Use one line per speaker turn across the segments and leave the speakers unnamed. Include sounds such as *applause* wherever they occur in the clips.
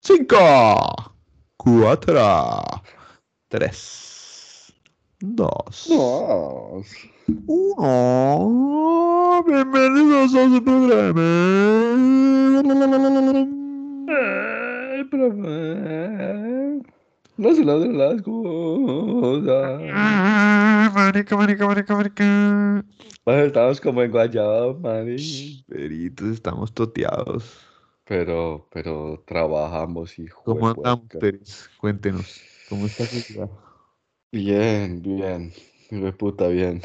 5, 4, 3, 2,
No.
1. Bienvenidos a su programa.
Ay, profe. No se ladren las cosas.
Ah, Marica, marica, marica, marica.
Pues Estamos como en Guayaba, Mari.
Peritos, estamos toteados.
Pero, pero trabajamos, hijo. de
¿Cómo andan
puerca.
ustedes? Cuéntenos. ¿Cómo está su ciudad?
Bien, bien. Hijo de
*laughs*
puta, bien.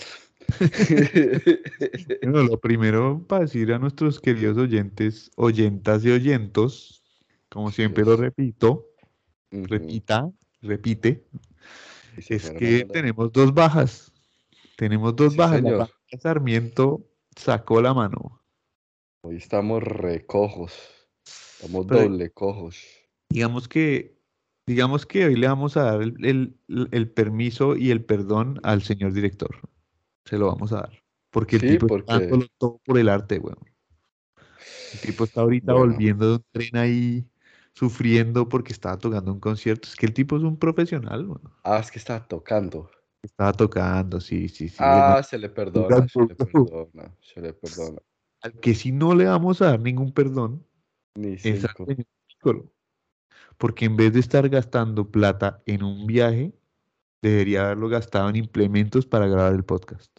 Bueno, lo primero para decir a nuestros queridos oyentes, oyentas y oyentos, como siempre lo repito, repita, repite, es que tenemos dos bajas. Tenemos dos
Sí,
bajas. La
señor.
baja de Sarmiento sacó la mano.
Hoy estamos recojos. Estamos
Pero-
doble cojos.
Digamos que, digamos que hoy le vamos a dar el, el- el permiso y el perdón al señor director. Se lo vamos a dar. Porque el
Sí,
tipo está
porque-
dándolo todo por el arte, weón. El tipo está ahorita
Bueno.
volviendo de un tren ahí, sufriendo porque estaba tocando un concierto. Es que el tipo es un profesional, weón.
Ah, es que está tocando.
Estaba tocando, sí, sí, sí. le
Ah, se le perdona, se le
Gato.
perdona, se le perdona.
al que si no le vamos a dar ningún perdón
Ni
es al
cinco.
señor Piccolo. Porque en vez de estar gastando plata en un viaje, debería haberlo gastado en implementos para grabar el podcast.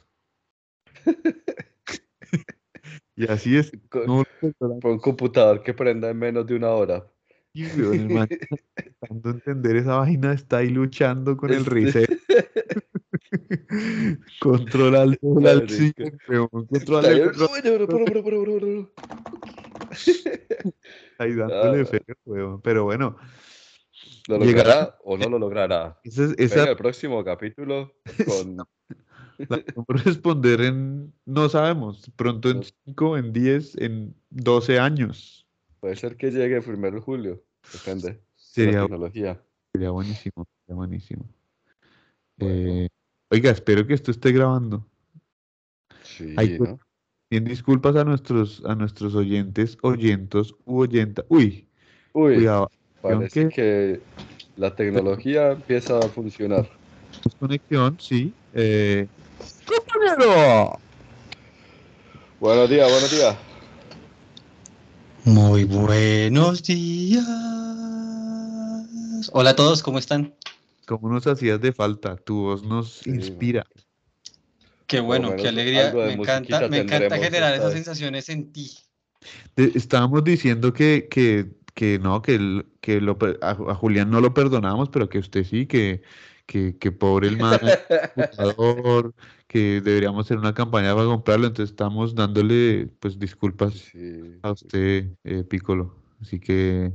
y así es.
Co-
No, lo perdonamos,
Fue un computador que prenda en menos de una hora.
weón, el man está intentando entender esa vaina, está ahí luchando con el
Este-
reset. control al control al
Marica.
siguiente, weón, control al-
Ay,
control-
bueno, bueno, bueno, bueno, bueno, bueno.
ahí dándole
Ah.
feo, weón. Pero bueno,
¿Lo
Llegará.
logrará o no lo logrará?
esa, es- esa
Venga, el
*laughs*
próximo capítulo con...
La podemos *laughs* responder en, no sabemos, pronto en
No.
5, en 10, en 12 años.
Puede ser que llegue el primero de julio. Depende de la
Sería,
tecnología.
sería buenísimo, sería buenísimo.
Bueno.
Eh, oiga, espero que esto esté grabando.
Sí,
Ay, pues,
¿no?
Bien, disculpas a nuestros, a nuestros oyentes, oyentos u oyenta. Uy,
Uy,
cuidado,
parece que la tecnología empieza a funcionar.
conexión, sí. Eh, ¡Compañero!
Buenos días, buenos días.
Muy buenos días. Hola a todos, ¿cómo están?
¿Cómo nos hacías de falta? Tu voz nos
Sí,
inspira.
Qué bueno,
menos
qué alegría.
algo de
Me encanta,
musiquita
me encanta
tendremos
generar
esta
esas
vez.
sensaciones en ti.
Te- Estábamos diciendo que, que, que no, que, el- que lo, per- a, Ju- a Julián no lo perdonamos, pero que usted sí, que, que, que pobre el man, computador, que deberíamos hacer una campaña para comprarlo, entonces estamos dándole pues disculpas
Sí.
a usted, eh, Piccolo. Así que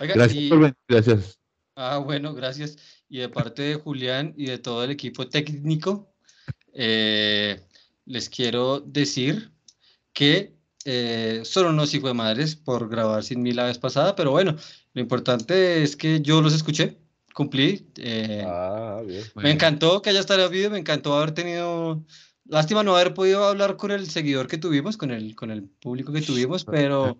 Oiga,
gracias
y-
por venir, gracias.
ah, bueno, gracias. Y de parte de Julián y de todo el equipo técnico, eh, les quiero decir que eh, son unos hijos de madres por grabar sin mí la vez pasada, pero bueno, lo importante es que yo los escuché, cumplí. eh,
Ah, bien.
Bueno,
Me encantó que haya estado el video, me encantó haber tenido. Lástima no haber podido hablar con el seguidor que tuvimos, con el, con el público que tuvimos, pero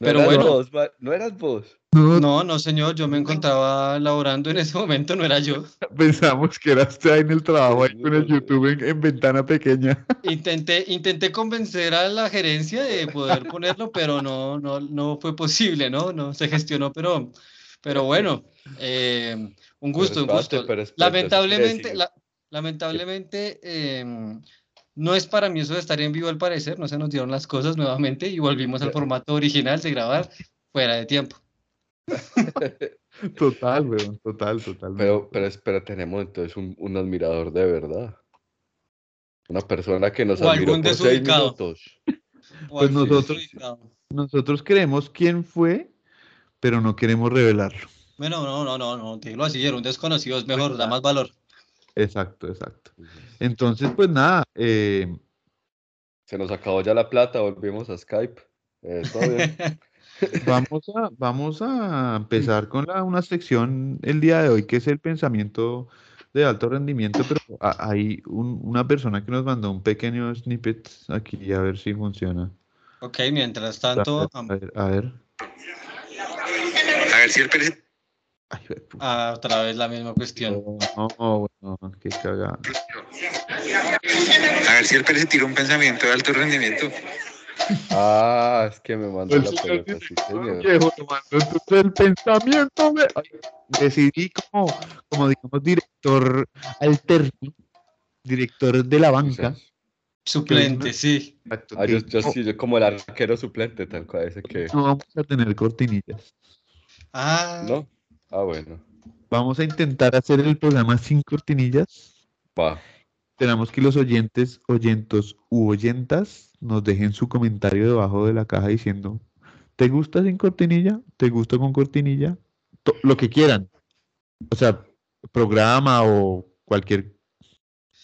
No
Pero
eras
bueno.
vos, ma- no eras vos.
no, no, señor, yo me encontraba laborando en ese *laughs* momento, no era yo.
*laughs* Pensamos que era usted ahí en el trabajo, ahí con el
Seguro.
YouTube en, en ventana pequeña. *laughs*
Intenté, intenté convencer a la gerencia de poder ponerlo, pero no, no, no fue posible, ¿no? No se gestionó, pero, pero bueno, eh, un gusto, un
espérate,
gusto.
pero espérate,
Lamentablemente,
sigue, sigue.
la- lamentablemente, em, no es para mí eso de estar en vivo al parecer, no se nos dieron las cosas nuevamente y volvimos al
Ya.
formato original de grabar fuera de tiempo.
Total, weón, total, total.
Pero, pero espera, tenemos entonces un, un admirador de verdad. Una persona que nos
O
admiró
algún
por seis
desubicado.
minutos.
O
Pues
algo
nosotros-
desubicado.
Nosotros queremos quién fue, pero no queremos revelarlo.
Bueno, no, no, no, no, dilo así, era un desconocido, es mejor, da
Exacto.
más valor.
Exacto, exacto. Entonces, pues nada, eh,
Se nos acabó ya la plata, volvimos a Skype. Eh, todo
*laughs*
bien.
vamos, a, vamos a empezar con la- una sección el día de hoy que es el pensamiento de alto rendimiento, pero a- hay un- una persona que nos mandó un pequeño snippet aquí a ver si funciona.
Ok, mientras
A
tanto,
ver, a ver, a ver.
A ver si el presidente
Ay, güey, puta,
a, a través la misma cuestión.
no, Oh, no, bueno, qué cagada.
a ver si el Pérez tira un pensamiento de alto rendimiento.
Ah, es que me mandó
El
la
señor
pelota, sí, señor.
entonces el pensamiento me... Decidí como, como digamos, director alterno, director de la banca.
Suplente, sí.
Exacto,
Ah,
que
yo, yo
no-
sí, yo como el arquero suplente, tal cual, ese que.
no vamos a tener cortinillas.
Ah,
¿No? Ah, bueno.
Vamos a intentar hacer el programa sin cortinillas.
Va.
Esperamos que los oyentes, oyentos u oyentas nos dejen su comentario debajo de la caja diciendo, ¿te gusta sin cortinilla? ¿Te gusta con cortinilla? To- lo que quieran. O sea, programa o cualquier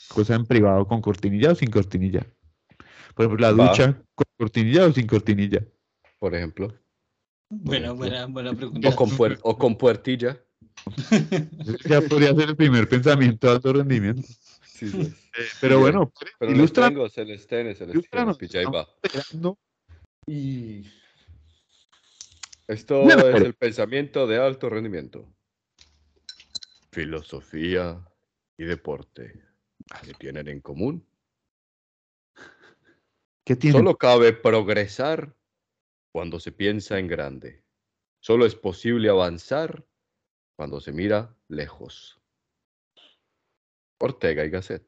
cosa en privado con cortinilla o sin cortinilla. Por ejemplo, la
Va.
ducha con cortinilla o sin cortinilla.
Por ejemplo.
bueno, buena, buena pregunta.
O
*laughs*
con, puer- o con puertilla.
Ese Ya podría ser el primer pensamiento de alto rendimiento.
Sí,
*laughs*
sí.
Pero
Bien.
bueno,
Pero no
Ilustra-
tengo, se les tiene, se les tiene,
ilústranos, Ah.
pilla y
¿no?
va.
esperando.
Y esto
Bueno,
es
pero-
el pensamiento de alto rendimiento. Filosofía y deporte. ¿Qué tienen en común?
¿Qué tiene?
Solo cabe progresar cuando se piensa en grande. Solo es posible avanzar cuando se mira lejos. Ortega y Gasset.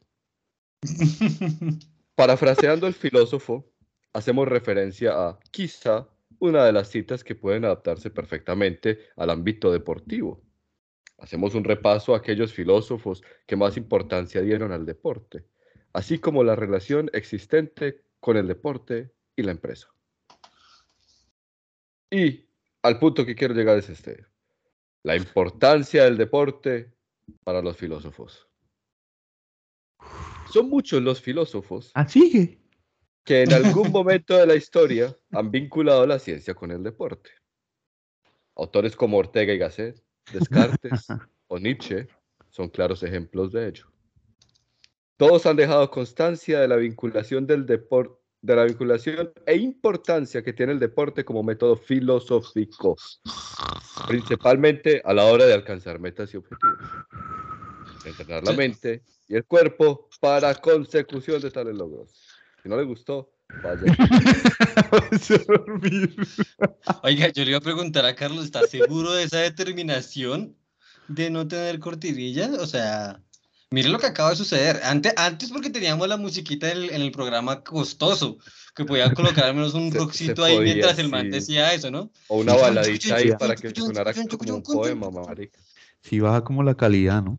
Parafraseando el filósofo, hacemos referencia a quizá una de las citas que pueden adaptarse perfectamente al ámbito deportivo. Hacemos un repaso a aquellos filósofos que más importancia dieron al deporte, así como la relación existente con el deporte y la empresa. Y al punto que quiero llegar es este, la importancia del deporte para los filósofos. Son muchos los filósofos
Ah, sigue.
que en algún momento de la historia han vinculado la ciencia con el deporte. Autores como Ortega y Gasset, Descartes o Nietzsche son claros ejemplos de ello. Todos han dejado constancia de la vinculación del deporte de la vinculación e importancia que tiene el deporte como método filosófico, principalmente a la hora de alcanzar metas y objetivos, entrenar la
Sí.
mente y el cuerpo para consecución de tales logros. Si no le gustó, vaya.
*laughs* Se dormir.
Oiga, yo le iba a preguntar a Carlos, ¿estás seguro de esa determinación de no tener cortinillas? O sea, mire lo que acaba de suceder. Antes, antes porque teníamos la musiquita en el, en el programa costoso, que podía colocar al menos un
*laughs* Se- se
rockcito ahí
podía,
mientras el man
sí.
decía eso, ¿no?
O una baladita ahí para que
Chucuchun,
sonara
chucuchun,
como un
chucuchun,
poema,
chucuchun.
marica.
Sí, baja como la calidad, ¿no?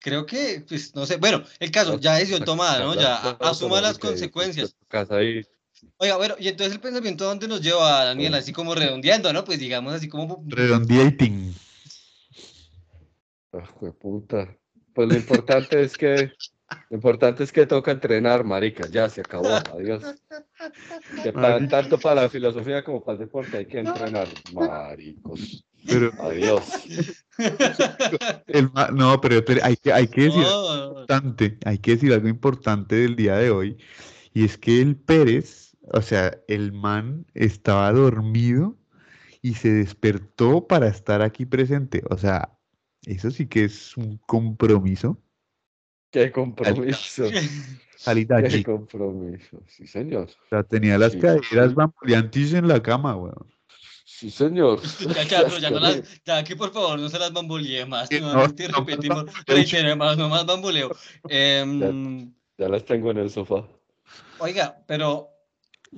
Creo que, pues, no sé. Bueno, el caso, ya decisión tomada, ¿no? Ya a- asuma las consecuencias.
Casa ahí.
Oiga, bueno, y entonces el pensamiento, ¿a dónde nos lleva, Daniel?
Oh.
Así como redondeando, ¿no? Pues digamos así como...
Redondeating.
Ah, jueputa. Pues lo importante es que lo importante es que toca entrenar, marica. Ya se acabó. Adiós. Que pa-
Marica.
tanto para la filosofía como para el deporte hay que entrenar, maricos.
Pero
Adiós.
el ma- no, pero te- hay que, hay que decir
*laughs*
algo
No,
importante, hay que decir algo importante del día de hoy, y es que el Pérez, o sea, el man estaba dormido y se despertó para estar aquí presente. O sea, eso sí que es un compromiso.
Qué compromiso.
Salir de
Qué
allí.
compromiso. Sí, señor.
O sea, tenía las
Sí.
caderas bamboleantes en la cama, weón.
Sí, señor.
Ya, ya, pero ya no las, ya aquí por favor no se las bambolee más,
Sí, no,
nuevamente
no más
repetimos,
bamboleo.
reiteremos, no
*laughs*
más bamboleo. Em,
Ya las tengo en el sofá.
oiga, pero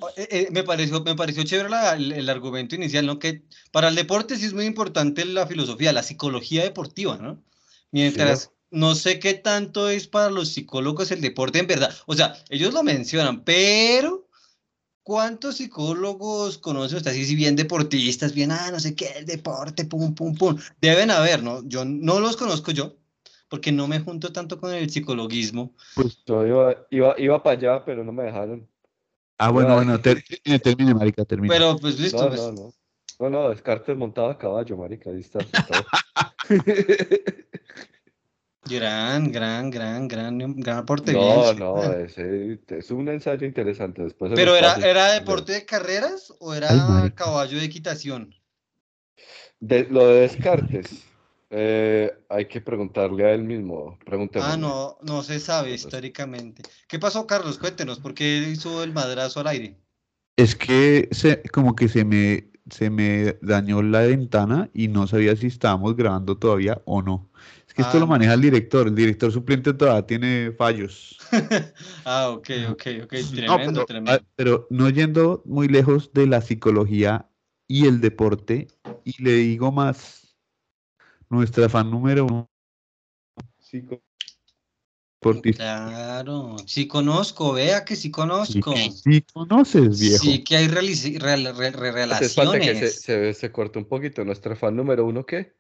o- eh, eh, me, pareció, me pareció chévere la- el, el argumento inicial, ¿no? Que para el deporte sí es muy importante la filosofía, la psicología deportiva, ¿no? Mientras no sé qué tanto es para los psicólogos el deporte en verdad, o sea, ellos lo mencionan, pero... ¿Cuántos psicólogos conocen ustedes? Así, si bien deportistas, bien, ah, no sé qué, el deporte, pum, pum, pum. Deben haber, ¿no? Yo no los conozco yo, porque no me junto tanto con el psicologismo.
Yo iba, iba, iba para allá, pero no me dejaron.
Ah, bueno,
Ay.
bueno, ter- termine, termine, marica, termine.
Pero pues listo,
No,
pues,
no, no. No, no,
*laughs*
Descartes montaba a caballo, marica. Ahí está sentado.
Gran, gran, gran, gran, gran aporte.
No,
bien. *laughs*
no, ese- es un ensayo interesante. Después se
Pero
los
era,
paso.
era deporte de carreras o era
Ay, marica.
caballo de equitación.
De- lo de Descartes, eh, hay que preguntarle a él mismo. Pregúntale.
Ah, no, no se sabe históricamente. ¿Qué pasó, Carlos? Cuéntenos, ¿por qué hizo el madrazo al aire?
Es que se, como que se me, se me dañó la ventana y no sabía si estábamos grabando todavía o no. Es que esto
Ah,
lo
no.
maneja el director. El director suplente todavía tiene fallos.
Ah, ok, ok, ok,
*laughs* No,
tremendo,
pero,
tremendo.
ah, pero no yendo muy lejos de la psicología y el deporte, y le digo más, nuestra fan número uno, psico- deportista.
Claro, sí conozco, vea que sí conozco.
Sí, sí conoces, viejo.
Sí que hay reali- real- re- re-
Espérate, espérate, que se,
relaciones.
se, se cortó un poquito. Nuestra fan número uno, ¿qué?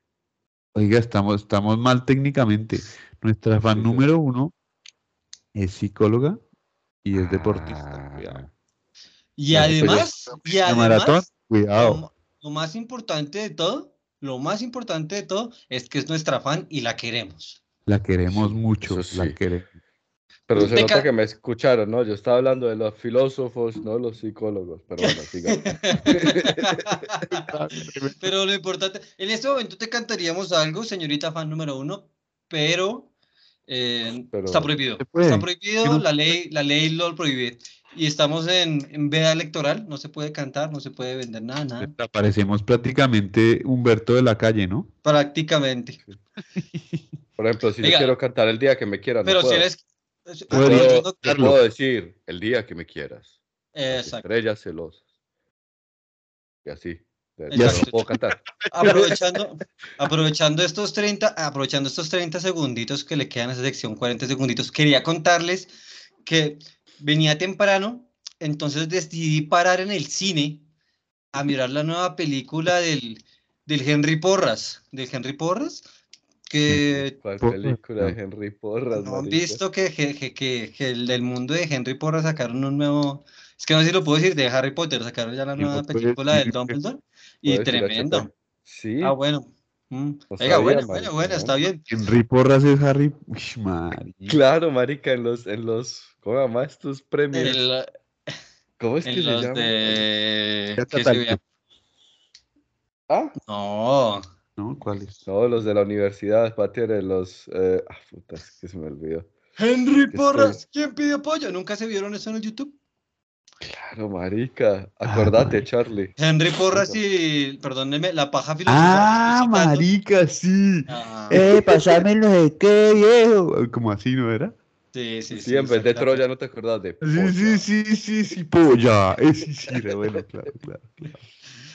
Oiga, estamos, estamos mal técnicamente. Nuestra fan
Sí, sí.
número uno es psicóloga y es deportista.
Ah.
Cuidado.
Y
Bueno, pues yo-
además, y
La maratón,
además, lo,
cuidado.
ma- lo más importante de todo, lo más importante de todo es que es nuestra fan y la queremos. *laughs*
La queremos mucho,
eso
la
sí.
*laughs* queremos.
Pero se
Venga.
nota que me escucharon, ¿no? Yo estaba hablando de los filósofos, no de los psicólogos. Pero bueno, siga.
*laughs*
Ah,
Pero lo importante, en este momento te cantaríamos algo, señorita fan número uno, pero, eh,
Pero-
está prohibido.
Se puede.
Está prohibido,
Que no-
la, ley, la ley lo prohíbe. Y estamos en, en veda electoral, no se puede cantar, no se puede vender nada, nada.
Parecemos prácticamente Humberto de la calle, ¿no?
Prácticamente.
Pues Por ejemplo, si
Venga.
yo quiero cantar el día que me quieras, no
Pero si
puedo.
eres...
Yo
Podría
puedo-
Ah,
yo
no,
cantarlo.
puedo decir el día que me quieras. las
Exacto.
Estrellas celosas. Y así. de-
Y
pero
así.
no puedo cantar.
Aprovechando, aprovechando, estos 30, aprovechando estos 30 segunditos que le quedan a esa sección, 40 segunditos, quería contarles que venía temprano, entonces decidí parar en el cine a mirar la nueva película del, del Henry Porras, del Henry Porras,
*laughs*
que
¿Cuál
Porras,
película de
no.
Henry Porras?
no han
marica?
visto que, que, que- que- que el del mundo de Henry Porras sacaron un nuevo, es que no sé si lo puedo decir, de Harry Potter, sacaron ya la
Sí,
nueva
no puedes
película del
decir que-
Dumbledore y
Puedo decir
tremendo.
HP. Sí.
Ah, bueno. Mm.
No
Oiga,
sabía,
bueno,
marica,
bueno, bueno, está bien.
Henry Porras es Harry. Uy, marica.
Claro, marica, en los, en los, ¿cómo se llama estos premios?
El-
¿Cómo es que se
en los
llama?
de...
Ya
¿qué se
tal-
veía?
Ah,
No,
¿No? ¿Cuál es?
no, los de la universidad, patio de los, eh, ah, putas, que se me olvidó.
Henry
Estoy-
Porras, ¿quién pidió pollo? ¿Nunca se vieron eso en el YouTube?
Claro, marica,
Ah,
acordate,
marica.
Charlie.
Henry Porras
Puta.
y, perdónenme, la paja filosófica.
Ah, marica, sí.
Ah,
*laughs* Eh, pasámelo de qué, viejo. Como así, ¿no era?
sí, sí,
Sí,
sí,
en vez de
exactamente.
Troya no te acordás de
Sí, sí,
Polla.
sí, sí, sí, polla. Eh, *laughs* sí, sí, era bueno, claro, claro.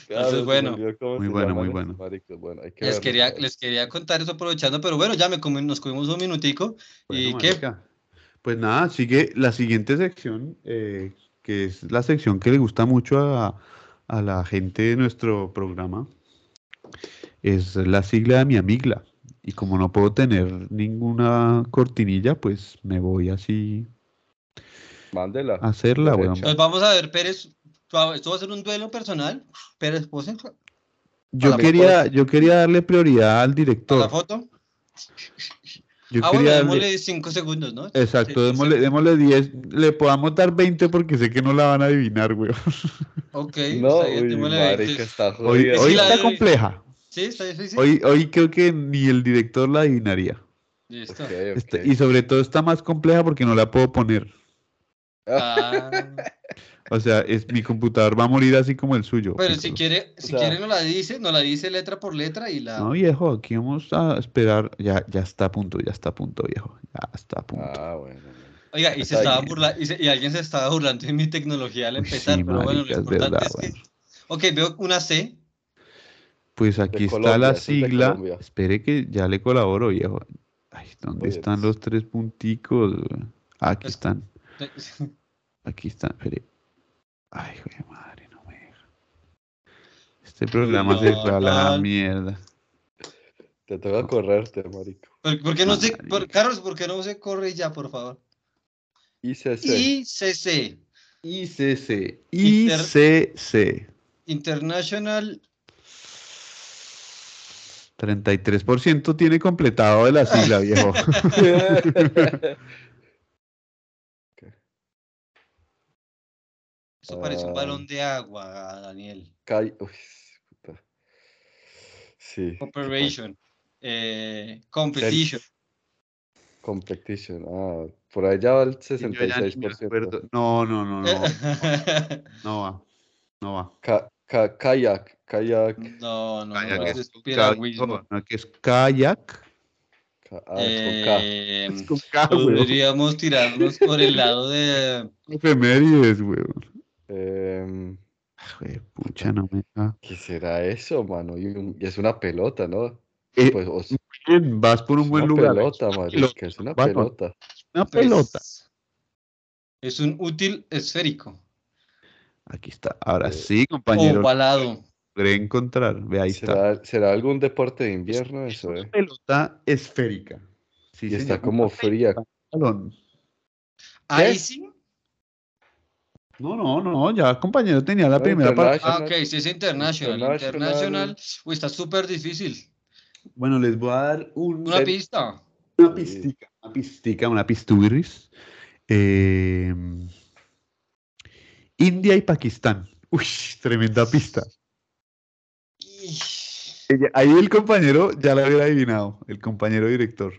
Claro,
Entonces,
se me
bueno.
olvidó cómo
Muy
se
bueno,
llaman
muy
esos
bueno.
maricos, bueno, hay que
Les
verlo, pues.
quería,
¿sabes?
les quería contar eso aprovechando, pero bueno, ya me comi- nos comimos un minutico. ¿Y
Bueno,
qué?
marica, Pues nada, sigue la siguiente sección, eh, que es la sección que le gusta mucho a, a la gente de nuestro programa. Es la sigla de mi amigla. Y como no puedo tener ninguna cortinilla, pues me voy así
Mándela.
a hacerla.
Derecha.
weón.
Nos Pues vamos a ver, Pérez. Esto va a ser un duelo personal. Pérez, pose a
yo
la
quería, yo quería darle prioridad al
la
director.
foto.
Yo
ah, bueno,
quería darle-
démosle 5 segundos, ¿no?
Exacto,
Sí,
démosle, démosle 10, le podamos dar 20 porque sé que no la van a adivinar, weón.
Ok,
No,
está bien,
uy,
démosle
marica,
20.
está
Hoy,
jodido.
hoy
la
está
de-
compleja.
Sí, está difícil.
Hoy, hoy creo que ni el director la adivinaría.
Listo.
Ok, ok.
Está- Este, Y sobre todo está más compleja porque no la puedo poner.
*laughs*
Ah,
O sea, es, mi computador va a morir así como el suyo.
pero si
Piccolo.
quiere, si
sea-
quiere no la dice, no la dice letra por letra y la.
No, viejo, aquí vamos a esperar. Ya, ya está a punto, ya está a punto, viejo. Ya está a punto.
Ah, bueno. bueno.
Oiga, y se
Está
estaba
bien.
burla y, se- y alguien se estaba burlando de mi tecnología al
Uy, sí,
empezar, pero bueno, lo
marica, es
importante
verdad,
es que.
bueno.
Ok, veo una C.
Pues aquí está
Colombia,
la
eso es de
sigla.
Colombia.
Espere que ya le colaboro, viejo. Ay, ¿dónde
Oye,
están
pues.
los tres punticos? weón? Ah, aquí
Es-
están. Aquí está, espere. Ay, hijo de madre, no me deja. Este programa se
No,
fue a la
no.
mierda.
Te toca correrte, marico.
¿Por, por qué no se. por-
Marica.
Carlos, ¿por qué no se corre ya, por favor?
*laughs* ICC.
ICC,
ICC.
Inter-
ICC.
International
33% tiene completado de la *laughs* sigla, viejo.
Eso parece un
Ah.
balón de agua, Daniel.
Call- Uy, puta. Sí.
Operation. eh, competition. *laughs*
Competition. Ah, por allá va el
Y yo ya ni me
66%.
acuerdo. Eh. No, no, no, no,
Oh,
no va. No va.
Ca- ca- kayak, kayak.
Mm. no, no, no,
Kayak
eso
es
es piragüismo.
Kayak, no, que es kayak.
ca- ah, es con K.
Eh,
Es con K, weón.
podríamos tirarnos por el
*laughs*
lado de
Efemérides, weón.
Em,
Ah, güey, pucha, no me. ah.
¿Qué será eso, mano? Y, un- y es una pelota, ¿no?
Eh,
Pues, o sea,
bien, vas por un
es
buen
una
lugar.
pelota, marica, es una
Batman.
pelota.
Una
pues,
pelota.
Es un útil esférico.
Aquí está. Ahora
Eh,
sí, compañero.
Ovalado.
Logré encontrar. Ve, ahí está.
¿Será, será algún deporte de invierno eso, eh?
Una pelota esférica. Sí,
Y está
señor.
como fría.
Balón.
¿Qué?
Icing.
No, no, no, ya compañero tenía la
No,
primera parte.
Ah, ok, sí es international.
International.
International. Uy, está súper difícil.
Bueno, les voy a dar un-
Una pista.
una pistica, una pistica, una pisturris. Eh, India y Pakistán. Uy, tremenda pista.
Y-
Ella- Ahí el compañero ya la hubiera adivinado, el compañero director.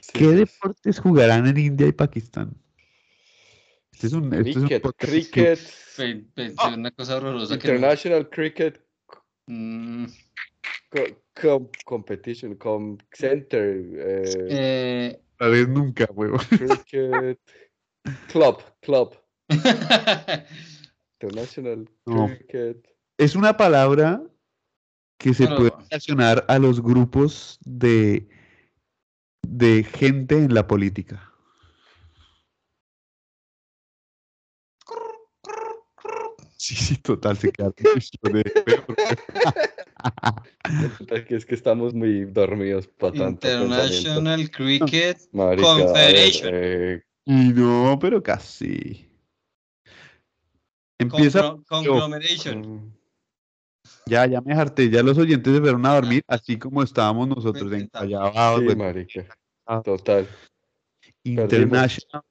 Sí,
¿Qué
sí.
deportes jugarán en India y Pakistán? Este es un, este es un
Cricket,
podcast.
cricket,
pe- pensé
Ah.
una cosa horrorosa que no.
international cricket
Mm,
co- com- competition, com center, eh,
eh, *laughs*
Tal vez nunca, huevo.
cricket club, club, international
No.
cricket.
Es una palabra que se
Bueno,
puede relacionar a los grupos de, de gente en la política. Sí, sí, total, se
*laughs*
quedaron de-
Es que estamos muy dormidos para tanto pensamiento.
International Cricket.
Marica, a ver,
Confederation.
eh,
Y no, pero casi. Empieza,
compro- Conglomeration.
mm,
ya, ya me harté, ya los oyentes se fueron a dormir, así como estábamos nosotros,
Pues,
encallados,
sí,
güey.
marica,
Ah.
total.
International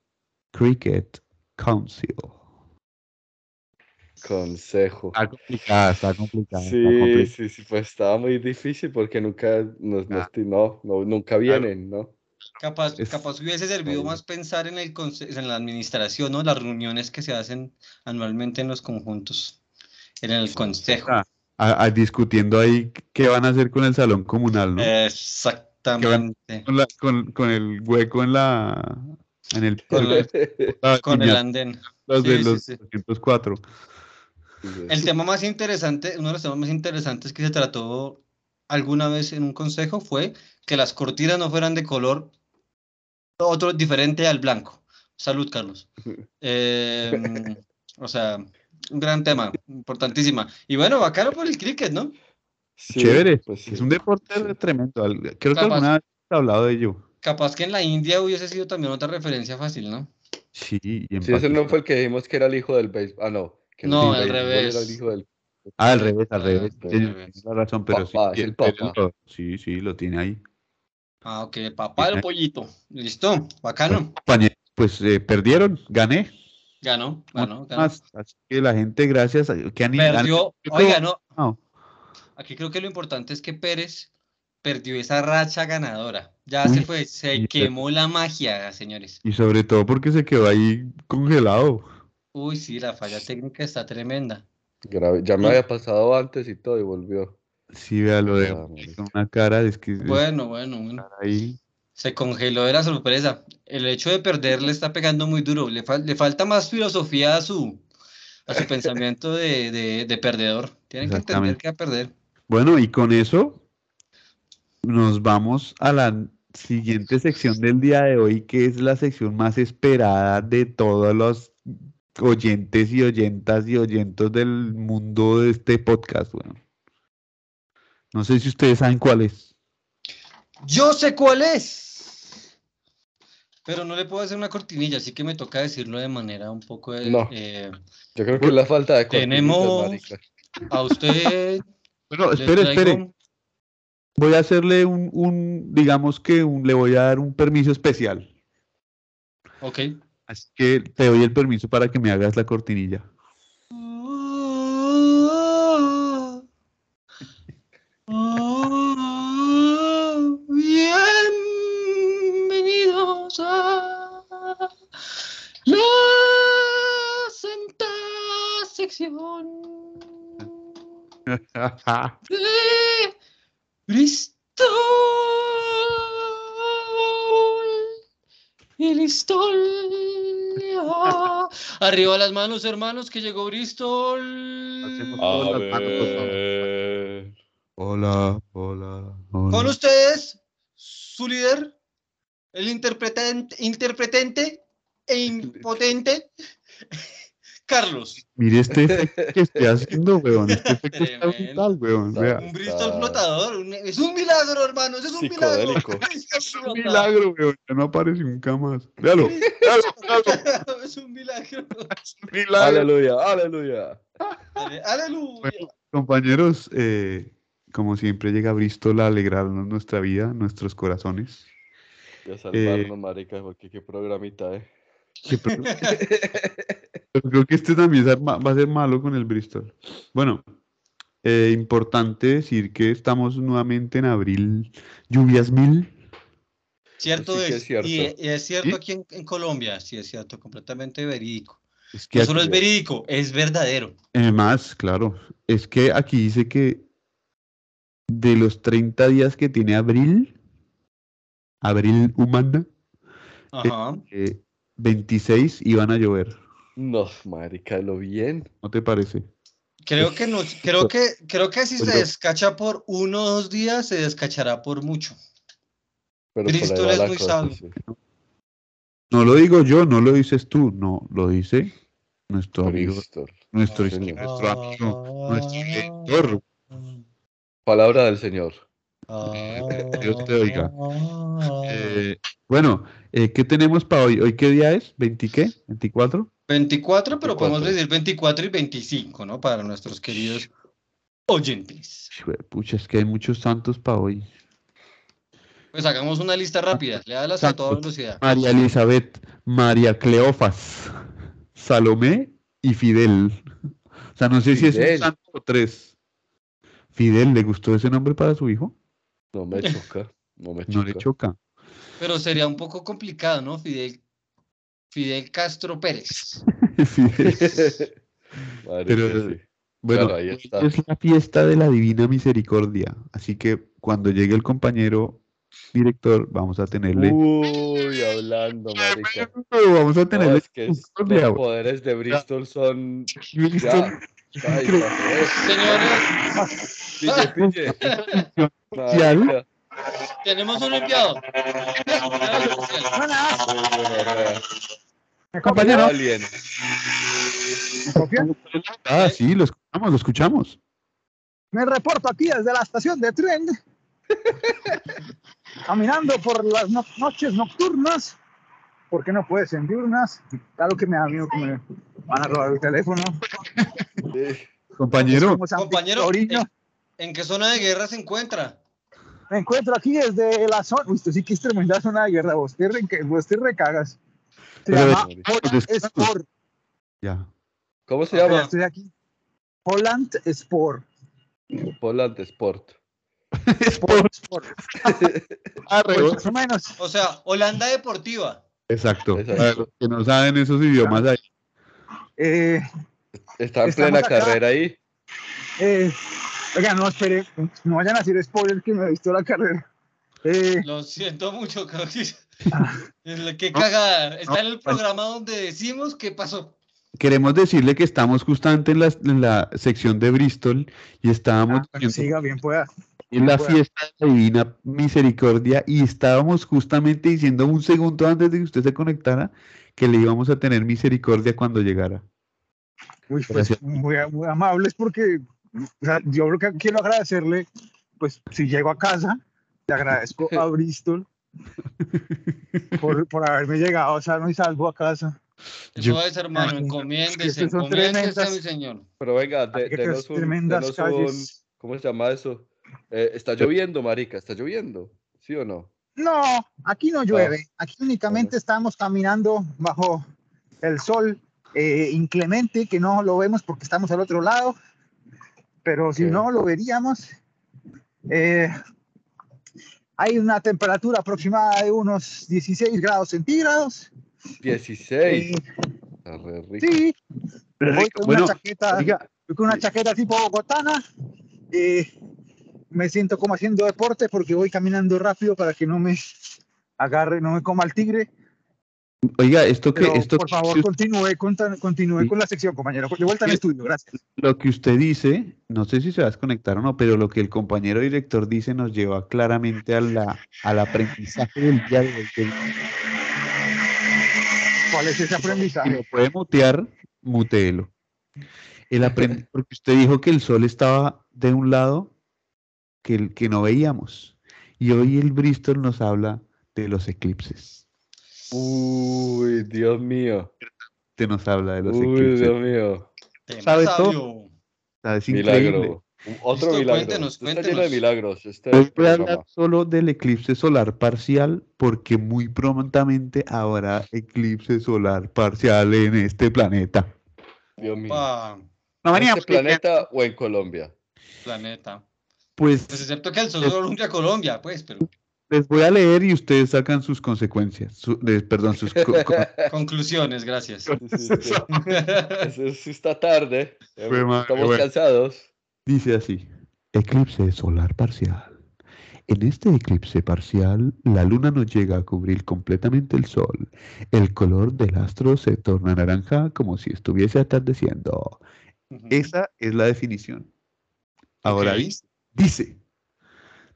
Cricket Council.
Consejo.
Está complicada, está complicada. está
Sí,
complicada.
sí, sí, pues estaba muy difícil porque nunca nos, nos
Ah.
ti- no, no, nunca vienen, ¿no? *laughs*
Capaz,
Es-
capaz hubiese servido
Ahí.
más pensar en, el conse- en la administración, ¿no? Las reuniones que se hacen anualmente en los conjuntos, en el consejo.
Ah, a- a- discutiendo ahí qué van a hacer con el salón comunal, ¿no?
Eh. Exactamente.
Con, la- con- con el hueco en la en el
Con la-
la
Con el
piñata,
andén.
los
sí,
de
sí,
los
sí.
204.
El tema más interesante, uno de los temas más interesantes que se trató alguna vez en un consejo fue que las cortinas no fueran de color otro diferente al blanco. Salud, Carlos. Eh, o sea, un gran tema, importantísima. Y bueno, bacano por el cricket, ¿no?
Sí,
Chévere.
pues sí.
Es un deporte
sí.
tremendo. al- Creo que
Capaz.
alguna vez he hablado de ello.
Capaz que en la India hubiese sido también otra referencia fácil, ¿no?
Sí, y en
Sí, ese no
Pakistán.
fue el que dijimos que era el hijo del béisbol. Ah, no. Que el
No,
del
al
béisbol Era el
revés.
hijo del...
Ah, al revés, al
Ah,
revés.
al
Tiene
revés.
la razón, pero sí,
Papá, es
tiene-
el papá.
pero- Sí, sí, lo tiene ahí.
Ah, ok, el papá del pollito. Listo, bacano.
Compañeros, Pues eh, perdieron, gané.
Ganó, ganó, ganó.
Más. Así que la gente, gracias a que han
Perdió, oiga, no,
No,
Aquí creo que lo importante es que Pérez perdió esa racha ganadora. Ya se
Uy,
fue,
y
se
se-
quemó la magia, señores.
y sobre todo porque se quedó ahí congelado.
Uy, sí, la falla técnica está tremenda.
Grave. Ya me había pasado antes y todo y volvió.
Sí, vea, lo de
Ah, marica.
con una cara es que
Bueno, bueno, bueno.
ahí.
Se congeló de la sorpresa. El hecho de perder le está pegando muy duro. Le, fal- le falta más filosofía a su, a
*laughs*
su pensamiento de, de- de perdedor. Tienen que entender
Exactamente.
que va a perder.
Bueno, y con eso nos vamos a la siguiente sección del día de hoy, que es la sección más esperada de todos los oyentes y oyentas y oyentos del mundo de este podcast. Bueno. No sé si ustedes saben cuál es.
Yo sé cuál es. Pero no le puedo hacer una cortinilla, así que me toca decirlo de manera un poco... de-
No.
eh,
Yo creo que es la falta de cortinas,
Tenemos-
marica.
a usted...
*laughs* Bueno,
Le
espere,
traigo-
espere. voy a hacerle un, un digamos que un, le voy a dar un permiso especial.
Ok.
Así que te doy el permiso para que me hagas la *laughs* cortinilla.
Bienvenidos a la senta sección de Bristol y Listol. Ah, Arriba las manos, hermanos, que llegó Bristol. Ah,
Hacemos
A
Todas las manos, por favor.
ver.
Hola, hola, hola.
Con ustedes, su líder, el interpretante, interpretante e impotente, Carlos.
Mire este
*laughs*
efecto que estoy haciendo, weón. Este efecto está
Tremendo.
brutal, weón. Vea.
Un
Está-
Bristol flotador. un- es un milagro, hermanos. Es un milagro. *laughs*
Psicodélico.
Es un
Un
milagro.
milagro, weón. Ya no aparece nunca más. Véalo, véalo, véalo.
*laughs* Es un milagro.
Es
*laughs*
un milagro.
Aleluya, aleluya.
Ale- Aleluya.
Bueno, compañeros, eh, como siempre llega Bristol a alegrarnos nuestra vida, nuestros corazones.
Voy
Eh.
a salvarnos, marica, porque qué programita, eh.
Que pro- Pero creo que este también es arma- va a ser malo con el Bristol. Bueno, eh, importante decir que estamos nuevamente en abril. Lluvias mil.
Cierto
sí que
es.
es cierto.
Y, y es cierto
¿Sí?
aquí en, en Colombia. Sí, es cierto. Completamente verídico.
Es que
No solo Pues es
aquí-
verídico, es verdadero.
Eh, más, claro. Es que aquí dice que de los 30 días que tiene abril, abril humana,
Ajá.
eh, 26 iban a llover.
No, marica, lo bien.
¿No te parece?
Creo que no, creo que, creo que si
Pues
se
lo-
descacha por uno o dos días, se descachará por mucho.
Pero por ahí
Bristol
va
es
la
muy
cosa,
sabio.
sí.
No lo digo yo, no lo dices tú, no, lo dice nuestro amigo,
Bristol.
nuestro,
Ah, señor.
nuestro amigo,
Ah.
nuestro lector.
Palabra del Señor.
Dios te oiga. Eh, bueno, eh, ¿qué tenemos para hoy? ¿Hoy qué día es? ¿20 qué? ¿24?
24, pero podemos
24.
decir 24 y 25, ¿no? Para nuestros queridos oyentes.
Pucha, es que hay muchos santos para hoy.
Pues hagamos una lista rápida, le das a toda
Santos.
velocidad.
María Elizabeth, María Cleofas, Salomé y Fidel. O sea, no sé si es
Fidel.
un santo o tres. Fidel, ¿le gustó ese nombre para su hijo?
No
*laughs*
me choca. No me choca.
No le choca. *laughs*
Pero sería un poco complicado, ¿no? Fidel, Fidel Castro Pérez.
Fidel.
*laughs* Marica,
Pero-
sí.
Bueno,
Claro, ahí
hoy
está.
es la fiesta de la Divina Misericordia. Así que cuando llegue el compañero director, vamos a tenerle.
Uy, hablando, marica.
Vamos a
No,
tenerle.
es que es-
misericordia,
los
güey.
poderes de Bristol son. Ya.
Cristo,
Ay, pa-
Señores,
Pille,
*laughs*
pille. Marica.
tenemos un enviado.
Uy, gonorrea.
Compañero.
Alien.
Confío.
Ah, sí, lo escuchamos, lo escuchamos.
Me reporto aquí desde la estación de tren, *laughs* caminando por las no- noches nocturnas, porque no puedes en diurnas. Claro que me da miedo que me van a robar el teléfono.
Sí.
Compañero,
Como San
Compañero, ¿en,
Victorino.
en qué zona de guerra se encuentra?
Me encuentro aquí desde la zona. Uy, esto sí que es tremenda zona de guerra. Vos te, re- vos te recagas. Se
Pero eh, pues,
llama
es-
Holland Sport.
ya.
¿Cómo se
Ya
llama?
Estoy aquí. Holland Sport.
Poland Sport.
Sport. Sport.
Ah,
Arre,
Pues más o menos.
O sea, Holanda Deportiva.
Exacto.
Exacto.
Para los que no saben esos idiomas ahí.
Eh,
Está en
Estamos
plena
acá.
carrera ahí.
Eh, oiga, no, espere, no vayan a decir spoiler que me he visto la carrera. Eh,
Lo siento mucho, creo que es
Ah.
la que cagada. Está
no,
en el programa donde decimos qué pasó.
Queremos decirle que estamos justamente en la, en la sección de Bristol y estábamos
ah, bueno,
diciendo
siga bien, pueda.
que en la
bueno.
fiesta de la divina misericordia y estábamos justamente diciendo un segundo antes de que usted se conectara que le íbamos a tener misericordia cuando llegara.
Uy, pues,
Gracias.
muy, muy amables porque o sea, yo creo que quiero agradecerle, pues si llego a casa, le agradezco
*laughs*
a Bristol por, por haberme llegado sano y salvo a casa.
Eso
Yo-
es, hermano,
Ay, no. Es
encomiéndese,
que son
encomiéndese a mi
tremendas.
señor.
Pero venga, de,
Hay que
denos
esas
un,
tremendas
denos un-
calles.
¿Cómo se llama eso? Eh, está lloviendo, marica, está lloviendo, ¿sí o no?
No, aquí no
Oh.
llueve. Aquí únicamente estamos caminando bajo el sol eh, inclemente, que no lo vemos porque estamos al otro lado, pero si
Ok.
no lo veríamos. Eh, hay una temperatura aproximada de unos 16 grados centígrados.
16.
Eh,
Está re rico.
sí, voy
Rico.
con
Bueno,
una chaqueta,
oiga,
voy con una
sí.
chaqueta tipo bogotana. eh, me siento como haciendo deporte porque voy caminando rápido para que no me agarre, no me coma el tigre.
oiga, esto que,
Pero,
esto
por
que
favor, pues-
usted-
continúe, conta- continúe
Sí.
con la sección, compañero. De vuelta al
Sí.
estudio, gracias.
lo que usted dice, no sé si se va a desconectar o no, pero lo que el compañero director dice nos lleva claramente a la, al aprendizaje del día de hoy. del-
¿Cuál es ese
Si lo
aprendizaje?
puede mutear, muteelo. El
*laughs*
aprend- porque usted dijo que el sol estaba de un lado que, el, que no veíamos. Y hoy el Bristol nos habla de los eclipses.
Uy, Dios mío.
Te nos habla de los
Uy,
eclipses.
Dios mío.
Tema
¿Sabe todo?
sabio.
Ah, Es increíble.
Milagro. Un- Otro
Listo,
milagro.
cuéntenos,
Esto Está lleno de
cuéntenos.
milagros. Este
Hoy voy a
programa.
hablar solo del eclipse solar parcial porque muy prontamente habrá eclipse solar parcial en este planeta.
Dios mío.
Pa,
No
¿En
veníamos
este planeta o en Colombia?
planeta.
Pues
Pues excepto que el sol Colombia, Colombia, pues, pero
les voy a leer y ustedes sacan sus consecuencias. su- de- perdón, sus co-
*laughs*
co-
conclusiones, gracias.
Sí, sí, sí. Eso sí está tarde. eh,
Fue madre,
Estamos
bueno.
cansados.
Dice así, eclipse solar parcial. En este eclipse parcial, la luna no llega a cubrir completamente el sol. El color del astro se torna naranja como si estuviese atardeciendo.
Ujú.
Esa es la definición. Ahora
Ok.
dice, dice,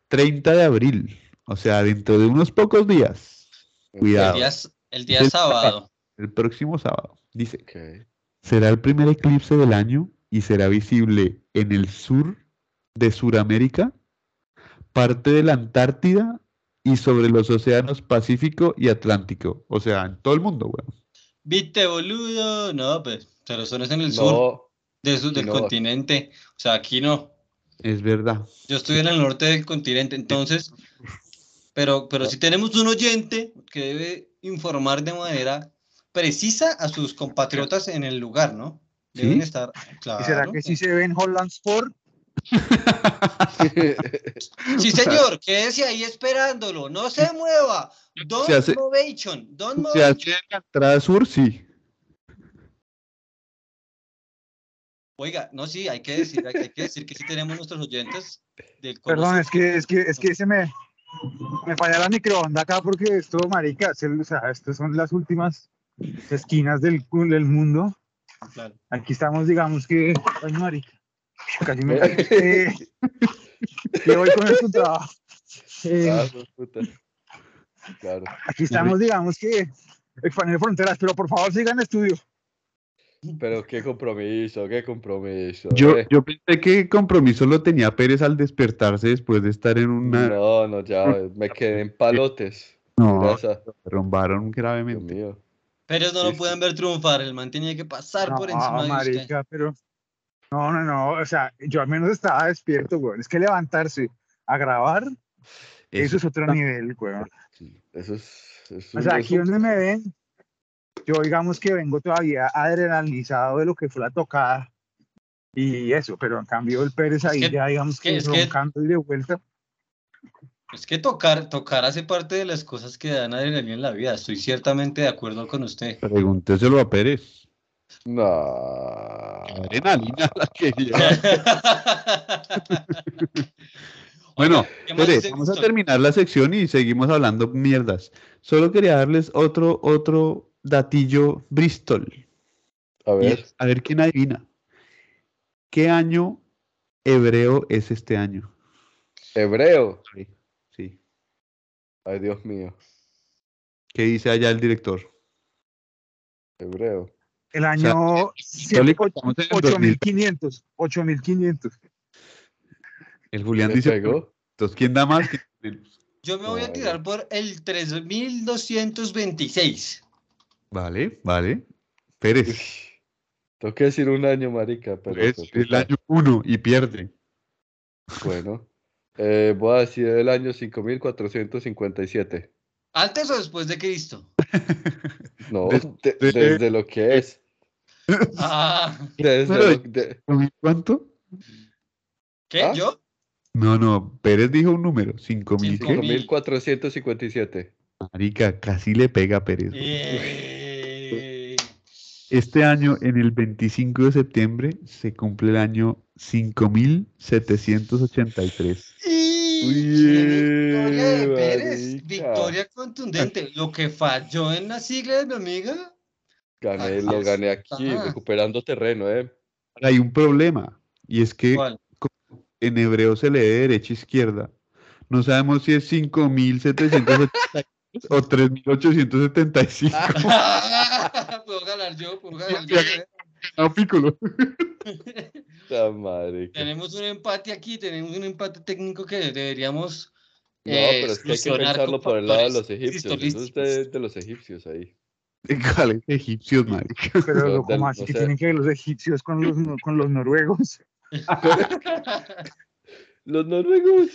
30 de abril, o sea, dentro de unos pocos días,
El
Cuidado.
día, s- el día
El-
sábado.
el próximo sábado, dice,
Ok.
será el primer eclipse del año y será visible en el sur de Sudamérica, parte de la Antártida y sobre los océanos Pacífico y Atlántico. O sea, en todo el mundo, weón.
Viste, boludo. No, pues, pero eso no es en el sur
No,
de su- del
no.
continente. O sea, aquí no.
Es verdad.
Yo estoy en el norte del continente, entonces. Pero, pero si tenemos un oyente que debe informar de manera precisa a sus compatriotas en el lugar, ¿no? Deben
¿Sí?
estar. Claro.
¿Y será que sí se ve en Holland Sport?
Sí, señor, quédese ahí esperándolo. No se mueva. Don
Se hace-
Movation. Don
Se
Movation.
hace en la entrada sur, sí.
Oiga, no, sí, hay que decir, hay, hay que decir que sí tenemos nuestros oyentes del cono
Perdón,
sur.
es que, es que, es que se me, me falla la microonda acá porque esto, marica, se- o sea, estas son las últimas esquinas del, cu- del mundo.
Claro.
Aquí estamos, digamos que, ay, marica, casi
*laughs*
me caigo. Eh, que voy con esto trabajo. Eh,
*laughs* Ah, pues, puta. Claro.
Ah,
Aquí estamos, digamos que expandiendo fronteras, pero por favor sigan estudio.
Pero qué compromiso, qué compromiso.
Yo,
eh.
yo pensé que el compromiso lo tenía Pérez al despertarse después de estar en una...
No, no, ya me quedé en palotes.
No,
Grasa.
se rombaron
Dios
gravemente.
mío.
Pero no lo
Sí,
pueden ver triunfar, el man tenía que pasar por encima
No,
de usted.
marica, pero no, no, no, o sea, yo al menos estaba despierto, weón. Es que levantarse a grabar, eso es otro nivel, weón.
Eso es. es
O
un-
sea,
es
aquí
un-
donde me ven, yo digamos que vengo todavía adrenalizado de lo que fue la tocada y eso, pero en cambio el Pérez ahí
que-
ya digamos
es que-
que,
es que-
roncando y de vuelta.
Es que tocar, tocar hace parte de las cosas que dan adrenalina en la vida. Estoy ciertamente de acuerdo con usted. *laughs*
Pregúnteselo a Pérez.
No.
Adrenalina la quería. Bueno,
¿Qué más
Espere,
dice
vamos a
Winston?
terminar la sección y seguimos hablando mierdas. Solo quería darles otro, otro datillo Bristol.
A
Y
ver.
es- a ver quién adivina. ¿Qué año hebreo es este año?
Hebreo.
Sí.
Ay, Dios mío.
¿Qué dice allá el director?
Hebreo.
El año
Solo
siete-
estamos en el 2000.
8500, 8500.
*laughs*
El Julián
¿Le
dice,
pegó?
"Entonces, ¿quién da más?
Yo me voy a
No,
tirar por el 3226.
Vale, vale.
*laughs*
Pérez.
Ush. Tengo que decir un año, marica, pero
Es
pues,
el
puta,
año uno y pierde.
*laughs* bueno. Eh, voy a decir el año 5457.
¿Antes o después de Cristo?
No,
Desde-
de- desde lo que es.
Ah,
Desde lo, de-
¿Cuánto?
¿Qué?
¿Ah?
¿Yo?
No, no, Pérez dijo un número, 5000
Cinco
qué?
mil.
5457.
Marica, casi le pega a Pérez.
Eh,
Este año, en el 25 de septiembre, se cumple el año 5783.
Y qué victoria de
Uy,
Pérez,
marica.
victoria contundente. Lo que falló en la sigla de mi amiga.
Gané,
Así
lo
es.
gané aquí,
Ajá.
recuperando terreno, ¿eh?
Ahora, Hay un problema, y es que
¿Cuál? *laughs*
en hebreo se lee de derecha a izquierda. No sabemos si es 5783 o 3875.
puedo ganar yo, puedo ganar yo. eh.
Ah, Piccolo.
La madre. que-
Tenemos un empate aquí, tenemos un empate técnico que deberíamos.
No,
eh,
pero es que hay que
solucionar
pensarlo
con
por el lado de
factores
los egipcios. Eso es
cristolísticos.
de, de los egipcios ahí.
¿Cuáles egipcios, marica?
Pero
Los
loco,
del-
como así
o
que
sea-
tienen que ver los egipcios con los, no- con los noruegos.
Los noruegos.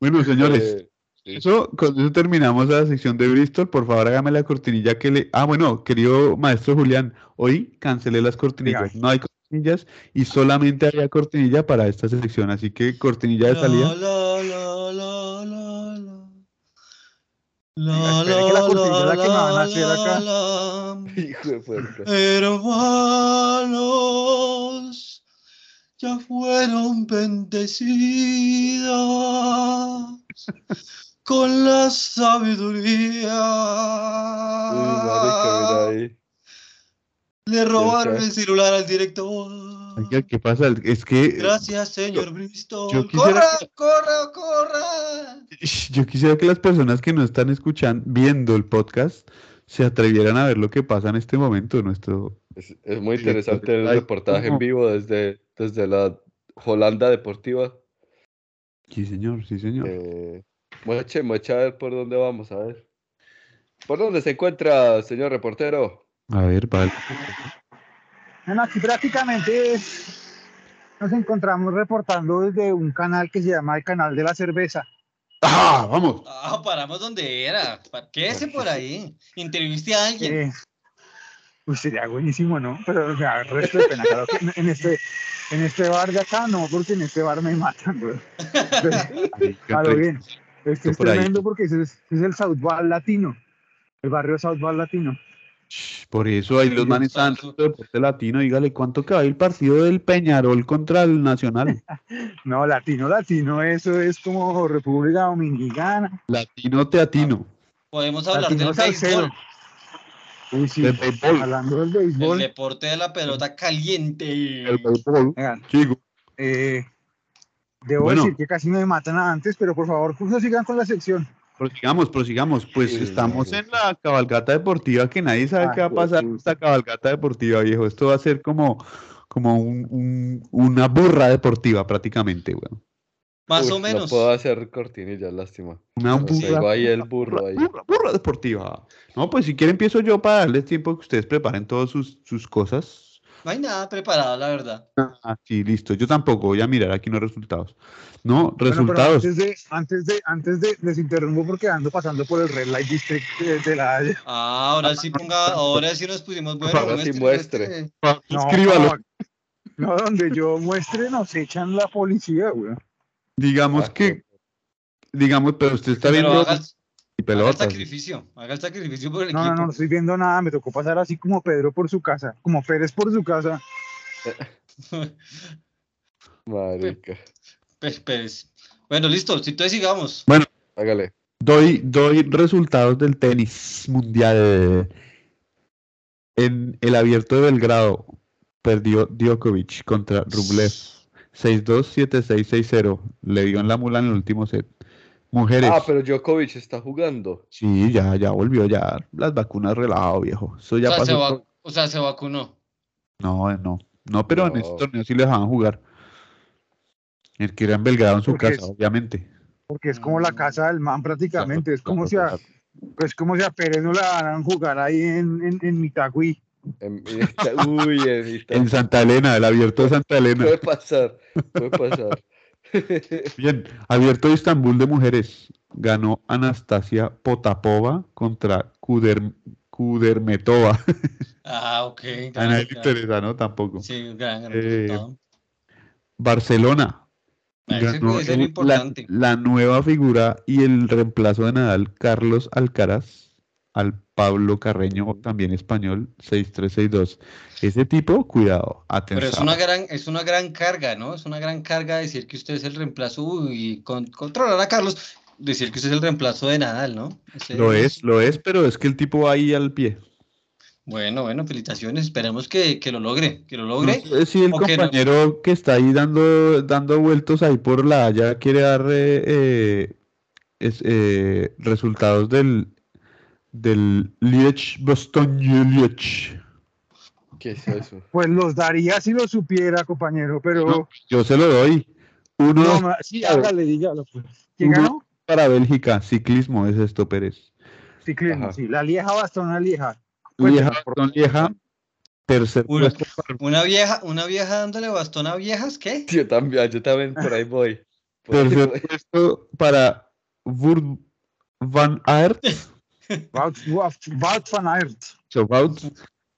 Bueno, señores,
Eh, sí.
eso, con eso terminamos la sección de Bristol. Por favor, hágame la cortinilla que le. Ah, bueno, querido maestro Julián, hoy cancelé las cortinillas.
Dígame.
No hay cortinillas y solamente había cortinilla para esta sección. Así que cortinilla de salida.
La, la, la, la, la.
Venga, espere que la cortinilla que me van a hacer acá.
la.
Eh, *laughs* Hijo de puerta.
Hermanos, ya fueron bendecidas con la
Uy, marica,
sabiduría.
mira ahí.
Le robaron
está.
el celular al director.
Oiga, ¿Qué pasa? Es que
Gracias, señor Bristol.
yo quisiera
¡Corra, corra, corra!
Ish, Yo quisiera que las personas que no están escuchando, viendo el podcast, se atrevieran a ver lo que pasa en este momento. Nuestro
Es, es muy
Sí,
interesante el
ay,
reportaje en
¿cómo?
vivo desde, desde la Holanda Deportiva.
sí, señor, sí, señor.
Eh, moche, moche, a ver por dónde vamos, a ver. ¿Por dónde se encuentra, señor reportero?
A ver, vale.
Bueno, aquí prácticamente es- nos encontramos reportando desde un canal que se llama el canal de la cerveza.
¡Ah! ¡Vamos!
Ah, paramos donde era. Pa- Quédese por ahí. Entreviste a alguien.
Eh, pues sería buenísimo, ¿no? Pero me da resto de pena, claro que en, en este, en este bar de acá no, porque en este bar me matan, güey.
*laughs*
A lo bien. Este es
por ahí.
tremendo porque ese es, ese es el South Ball Latino, el barrio South Ball Latino.
Shh, Por eso ahí los manes están
Exacto.
en el deporte latino. Dígale, ¿cuánto que va el partido del Peñarol contra el Nacional?
No, Latino, Latino, eso es como República Dominicana.
Latino teatino.
Podemos hablar
Latino
del béisbol.
salsero. Uy, sí,
El béisbol.
hablando del
El
béisbol.
deporte de la pelota caliente.
El béisbol.
Venga,
Chico.
eh, debo
Bueno.
decir que casi me matan antes, pero por favor, curso, sigan con la sección.
Prosigamos, prosigamos. Pues
Sí,
estamos
sí,
en la cabalgata deportiva que nadie sabe
Ah,
qué va a
pues,
pasar
sí,
en
sí.
esta cabalgata deportiva, viejo. Esto va a ser como, como un- un- una burra deportiva prácticamente, weón.
Más
Uy,
o menos.
No puedo hacer cortinillas, lástima.
Una
Nos traigo
burra,
Pues ahí el burro ahí.
burra, burra deportiva. No, pues si quiere empiezo yo para darles tiempo que ustedes preparen todas sus, sus cosas.
No hay nada preparado, la verdad.
Ah, sí, listo. Yo tampoco voy a mirar aquí los resultados. No,
Bueno, pero
resultados.
antes de, antes de, antes de, les interrumpo porque ando pasando por el Red Light District de, de la Haya.
Ah, ahora sí ponga, ahora sí nos pusimos este, bueno.
favor, sí
muestre,
muestre.
Escríbalo.
No, donde yo muestre nos echan la policía, güey.
Digamos
Ah,
que, digamos, pero usted está
Pero
viendo
haga, haga
y
el
pelotas.
sacrificio. Haga el sacrificio por el
No, no,
equipo.
no, no estoy viendo nada, me tocó pasar así como Pedro por su casa, como Pérez por su casa.
Marica.
Pe- Pérez. Pues, Bueno, listo. Si entonces sigamos.
Hágale.
Doy, doy resultados del tenis mundial. En el abierto de Belgrado perdió Djokovic contra Rublev. 6-2, 7-6, 6-0. Le dio en la mula en el último set. Mujeres.
Ah, pero Djokovic está jugando.
Sí, ya, ya volvió, ya. Las vacunas relajado, viejo. Eso ya
o, sea, se
pasó.
va- o sea, se vacunó.
No, eh, no. No, pero en
No.
estos torneos sí le dejaban jugar. El que era en Belgrado en su
Porque
casa,
es-
obviamente.
Porque es como la casa del man prácticamente, es como si a, es como si a Pérez no la harán jugar ahí en, en, en Mitagüí.
*laughs* En- Em, uy, en
En Santa Elena, el abierto de Santa Elena.
Puede pasar, puede pasar.
Bien, abierto de Estambul de mujeres. Ganó Anastasia Potapova contra Kuder- Kudermetova. *laughs*
Ah, ok.
A nadie
gran,
le
gran.
interesa, ¿no? Tampoco.
Sí, gran, gran
Eh,
resultado.
Barcelona.
Ah, ese
ganó
puede ser lo
la-
importante.
La, nueva figura y el reemplazo de Nadal, Carlos Alcaraz, al Pablo Carreño, también español, 6-3-6-2. Ese tipo, cuidado,
Pero
atención.
es una, gran, es una gran carga, ¿no? Es una gran carga decir que usted es el reemplazo uy, y con- controlar a Carlos, decir que usted es el reemplazo de Nadal, ¿no? Ese-
Lo es, lo es, pero es que el tipo va ahí al pie.
Bueno, bueno, felicitaciones. Esperemos que, que lo logre, que lo logre.
No sé si el
¿O qué no?
compañero que está ahí dando, dando vueltos ahí por la Haya quiere dar eh, eh, es- eh, resultados del, del Liech Boston Liech.
¿Qué es eso?
Pues los daría si lo supiera, compañero, pero
No, Yo se lo doy. Uno
no, ma- sí, hágale, dígalo. pues. ¿Quién
Uno-
ganó?
para Bélgica, ciclismo es esto, Pérez.
Ciclismo,
Ajá.
sí. La Lieja Bastón, la Lieja.
Lieja,
Cuéntanos, por
Boston Lieja, tercer
Uno.
puesto para-
Una vieja, una vieja dándole bastón a viejas, ¿qué?
Yo también, yo también por ahí voy.
pues,
Por ahí
tercer
voy.
puesto para Wout Van Aert.
Wout, Wout, Wout van Aert.
Chopout.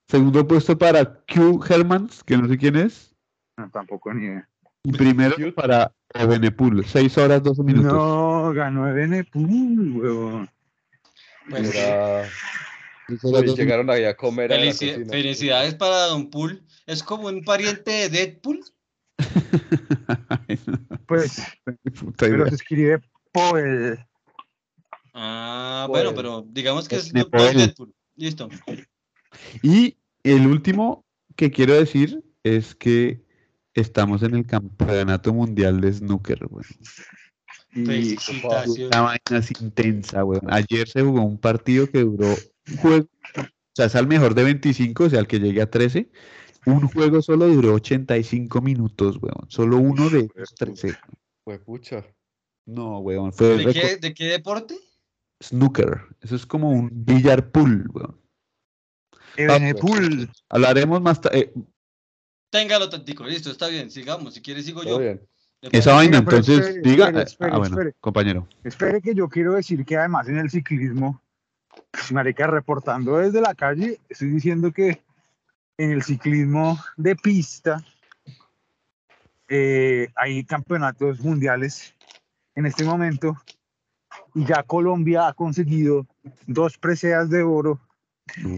Segundo puesto para Q Hermans, que no sé quién es.
No, tampoco ni idea.
Y primero para Ebenepool, 6 horas 12 minutos. *laughs*
No, ganó Ebenepool, huevón.
Pues,
Era-
Seis horas,
Ah, Uy,
dos minutos.
llegaron ahí a comer a la
felici-
cocina.
felicidades para Don Pool. Es como un pariente de Deadpool.
Ay,
Pues,
no, puta
pero
idea.
se escribe Poel.
Ah,
Joder.
bueno, pero digamos que es
De
no- no es
poder.
Deadpool. Listo.
Y el último que quiero decir es que estamos en el campeonato mundial de snooker. weón.
Y
Una
pues, Felicitaciones.
vaina es intensa, weón. Ayer se jugó un partido que duró un juego. O sea, es al mejor de 25, o sea, al que llegue a 13. Un juego solo duró 85 minutos, weón. Solo uno de esos 13.
Fue pucha.
No, weón, fue
¿De
récord.
qué, ¿De qué deporte?
snooker. Eso es como un billar pool, weón.
pues. Ebenepool.
Hablaremos más eh, tarde.
Téngalo tantico, listo, está bien, sigamos. Si quieres, sigo
Todo
yo.
bien.
¿Le
esa
parece?
vaina,
Oiga, pero
entonces,
espere,
diga.
espere,
Ah,
espere,
bueno,
espere.
compañero.
Espere que yo quiero decir que además en el ciclismo, pues, marica, reportando desde la calle, estoy diciendo que en el ciclismo de pista eh, hay campeonatos mundiales en este momento y ya Colombia ha conseguido dos preseas de oro,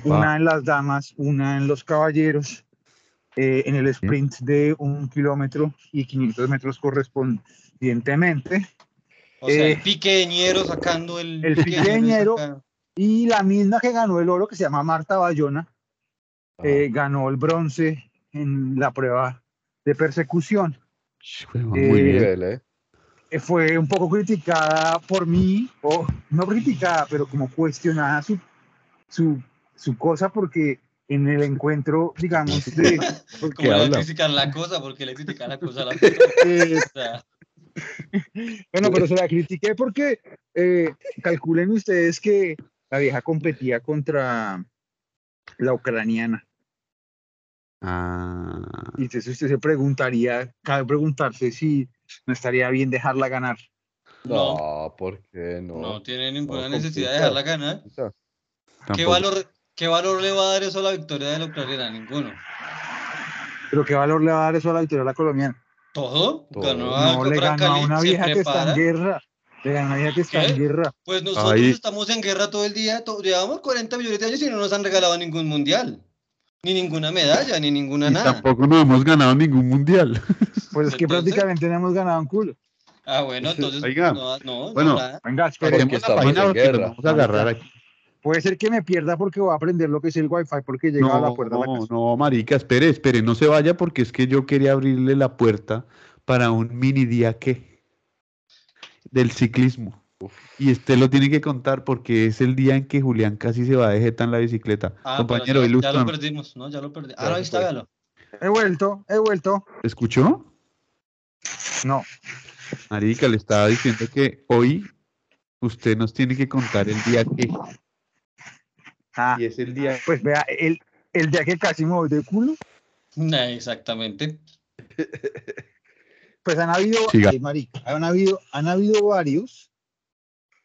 una en las damas, una en los caballeros, eh, en el sprint de un kilómetro y 500 metros correspondientemente.
O sea,
Eh,
el piqueñero sacando el.
el
piqueñero
piqueñero.
saca-
Y la misma que ganó el oro, que se llama Marta Bayona,
Ah,
eh, ganó el bronce en la prueba de persecución.
Sh, weón, muy
eh,
bien.
Nivel, ¿eh?
Eh, fue un poco criticada por mí, o no criticada, pero como cuestionada su, su, su cosa, porque en el encuentro, digamos, de,
¿Qué
Como le va a
habla?
criticar la cosa, porque le criticar la cosa a la cosa.
eh,
O sea,
Bueno, pero se la critiqué porque eh, calculen ustedes que la vieja competía contra la ucraniana.
Ah,
Y entonces usted se preguntaría, cabe preguntarse si no estaría bien dejarla ganar.
no,
No, ¿por qué no?
no tiene ninguna
no,
necesidad de
complicado.
dejarla ganar.
Puta.
¿Qué
tampoco.
valor, ¿Qué valor le va a dar eso a la victoria de la Ucrania? Ninguno.
Pero qué valor le va a dar eso a la victoria de la colombiana.
¿Todo?
Todo.
Ganó a
No le
Cobra
ganó a
Ah, Cali,
una
se
vieja que está
prepara.
en guerra. Le ganó a una vieja que está en
¿Qué?
guerra.
Pues nosotros
Ahí.
estamos en guerra todo el día, to- llevamos 40 millones de años y no nos han regalado ningún mundial, ni ninguna medalla, ni ninguna
Y
nada.
tampoco no hemos ganado ningún
*laughs*
mundial.
Pues es que
Entonces-
prácticamente no hemos ganado un culo.
Ah, bueno, entonces
Oiga,
no, no,
bueno.
no, nada.
Venga,
Porque
espere.
Hacemos la
estamos
vaina
en
porque nos
guerra.
vamos a agarrar aquí.
Puede ser que me pierda porque voy a aprender lo que es el wifi porque llega a la
No,
puerta de la
no,
casa.
no, marica, espere, espere, no se vaya porque es que yo quería abrirle la puerta para un mini día que del ciclismo. Y este lo tiene que contar porque es el día en que Julián casi se va de jeta en la bicicleta.
Ah,
Compañero,
pero ya, ya lo
ilústranos.
perdimos, ¿no? Ya lo perdimos.
Ya
Ah, no,
se
ahí está,
fue.
véalo.
He vuelto, he vuelto.
¿Escuchó?
No.
Marica, le estaba diciendo que hoy usted nos tiene que contar el día que.
Ah,
Y es el día.
pues vea, el, el día que casi me voy de culo,
Nah, exactamente.
Pues han habido,
Siga.
ay, marica, han habido, han habido varios.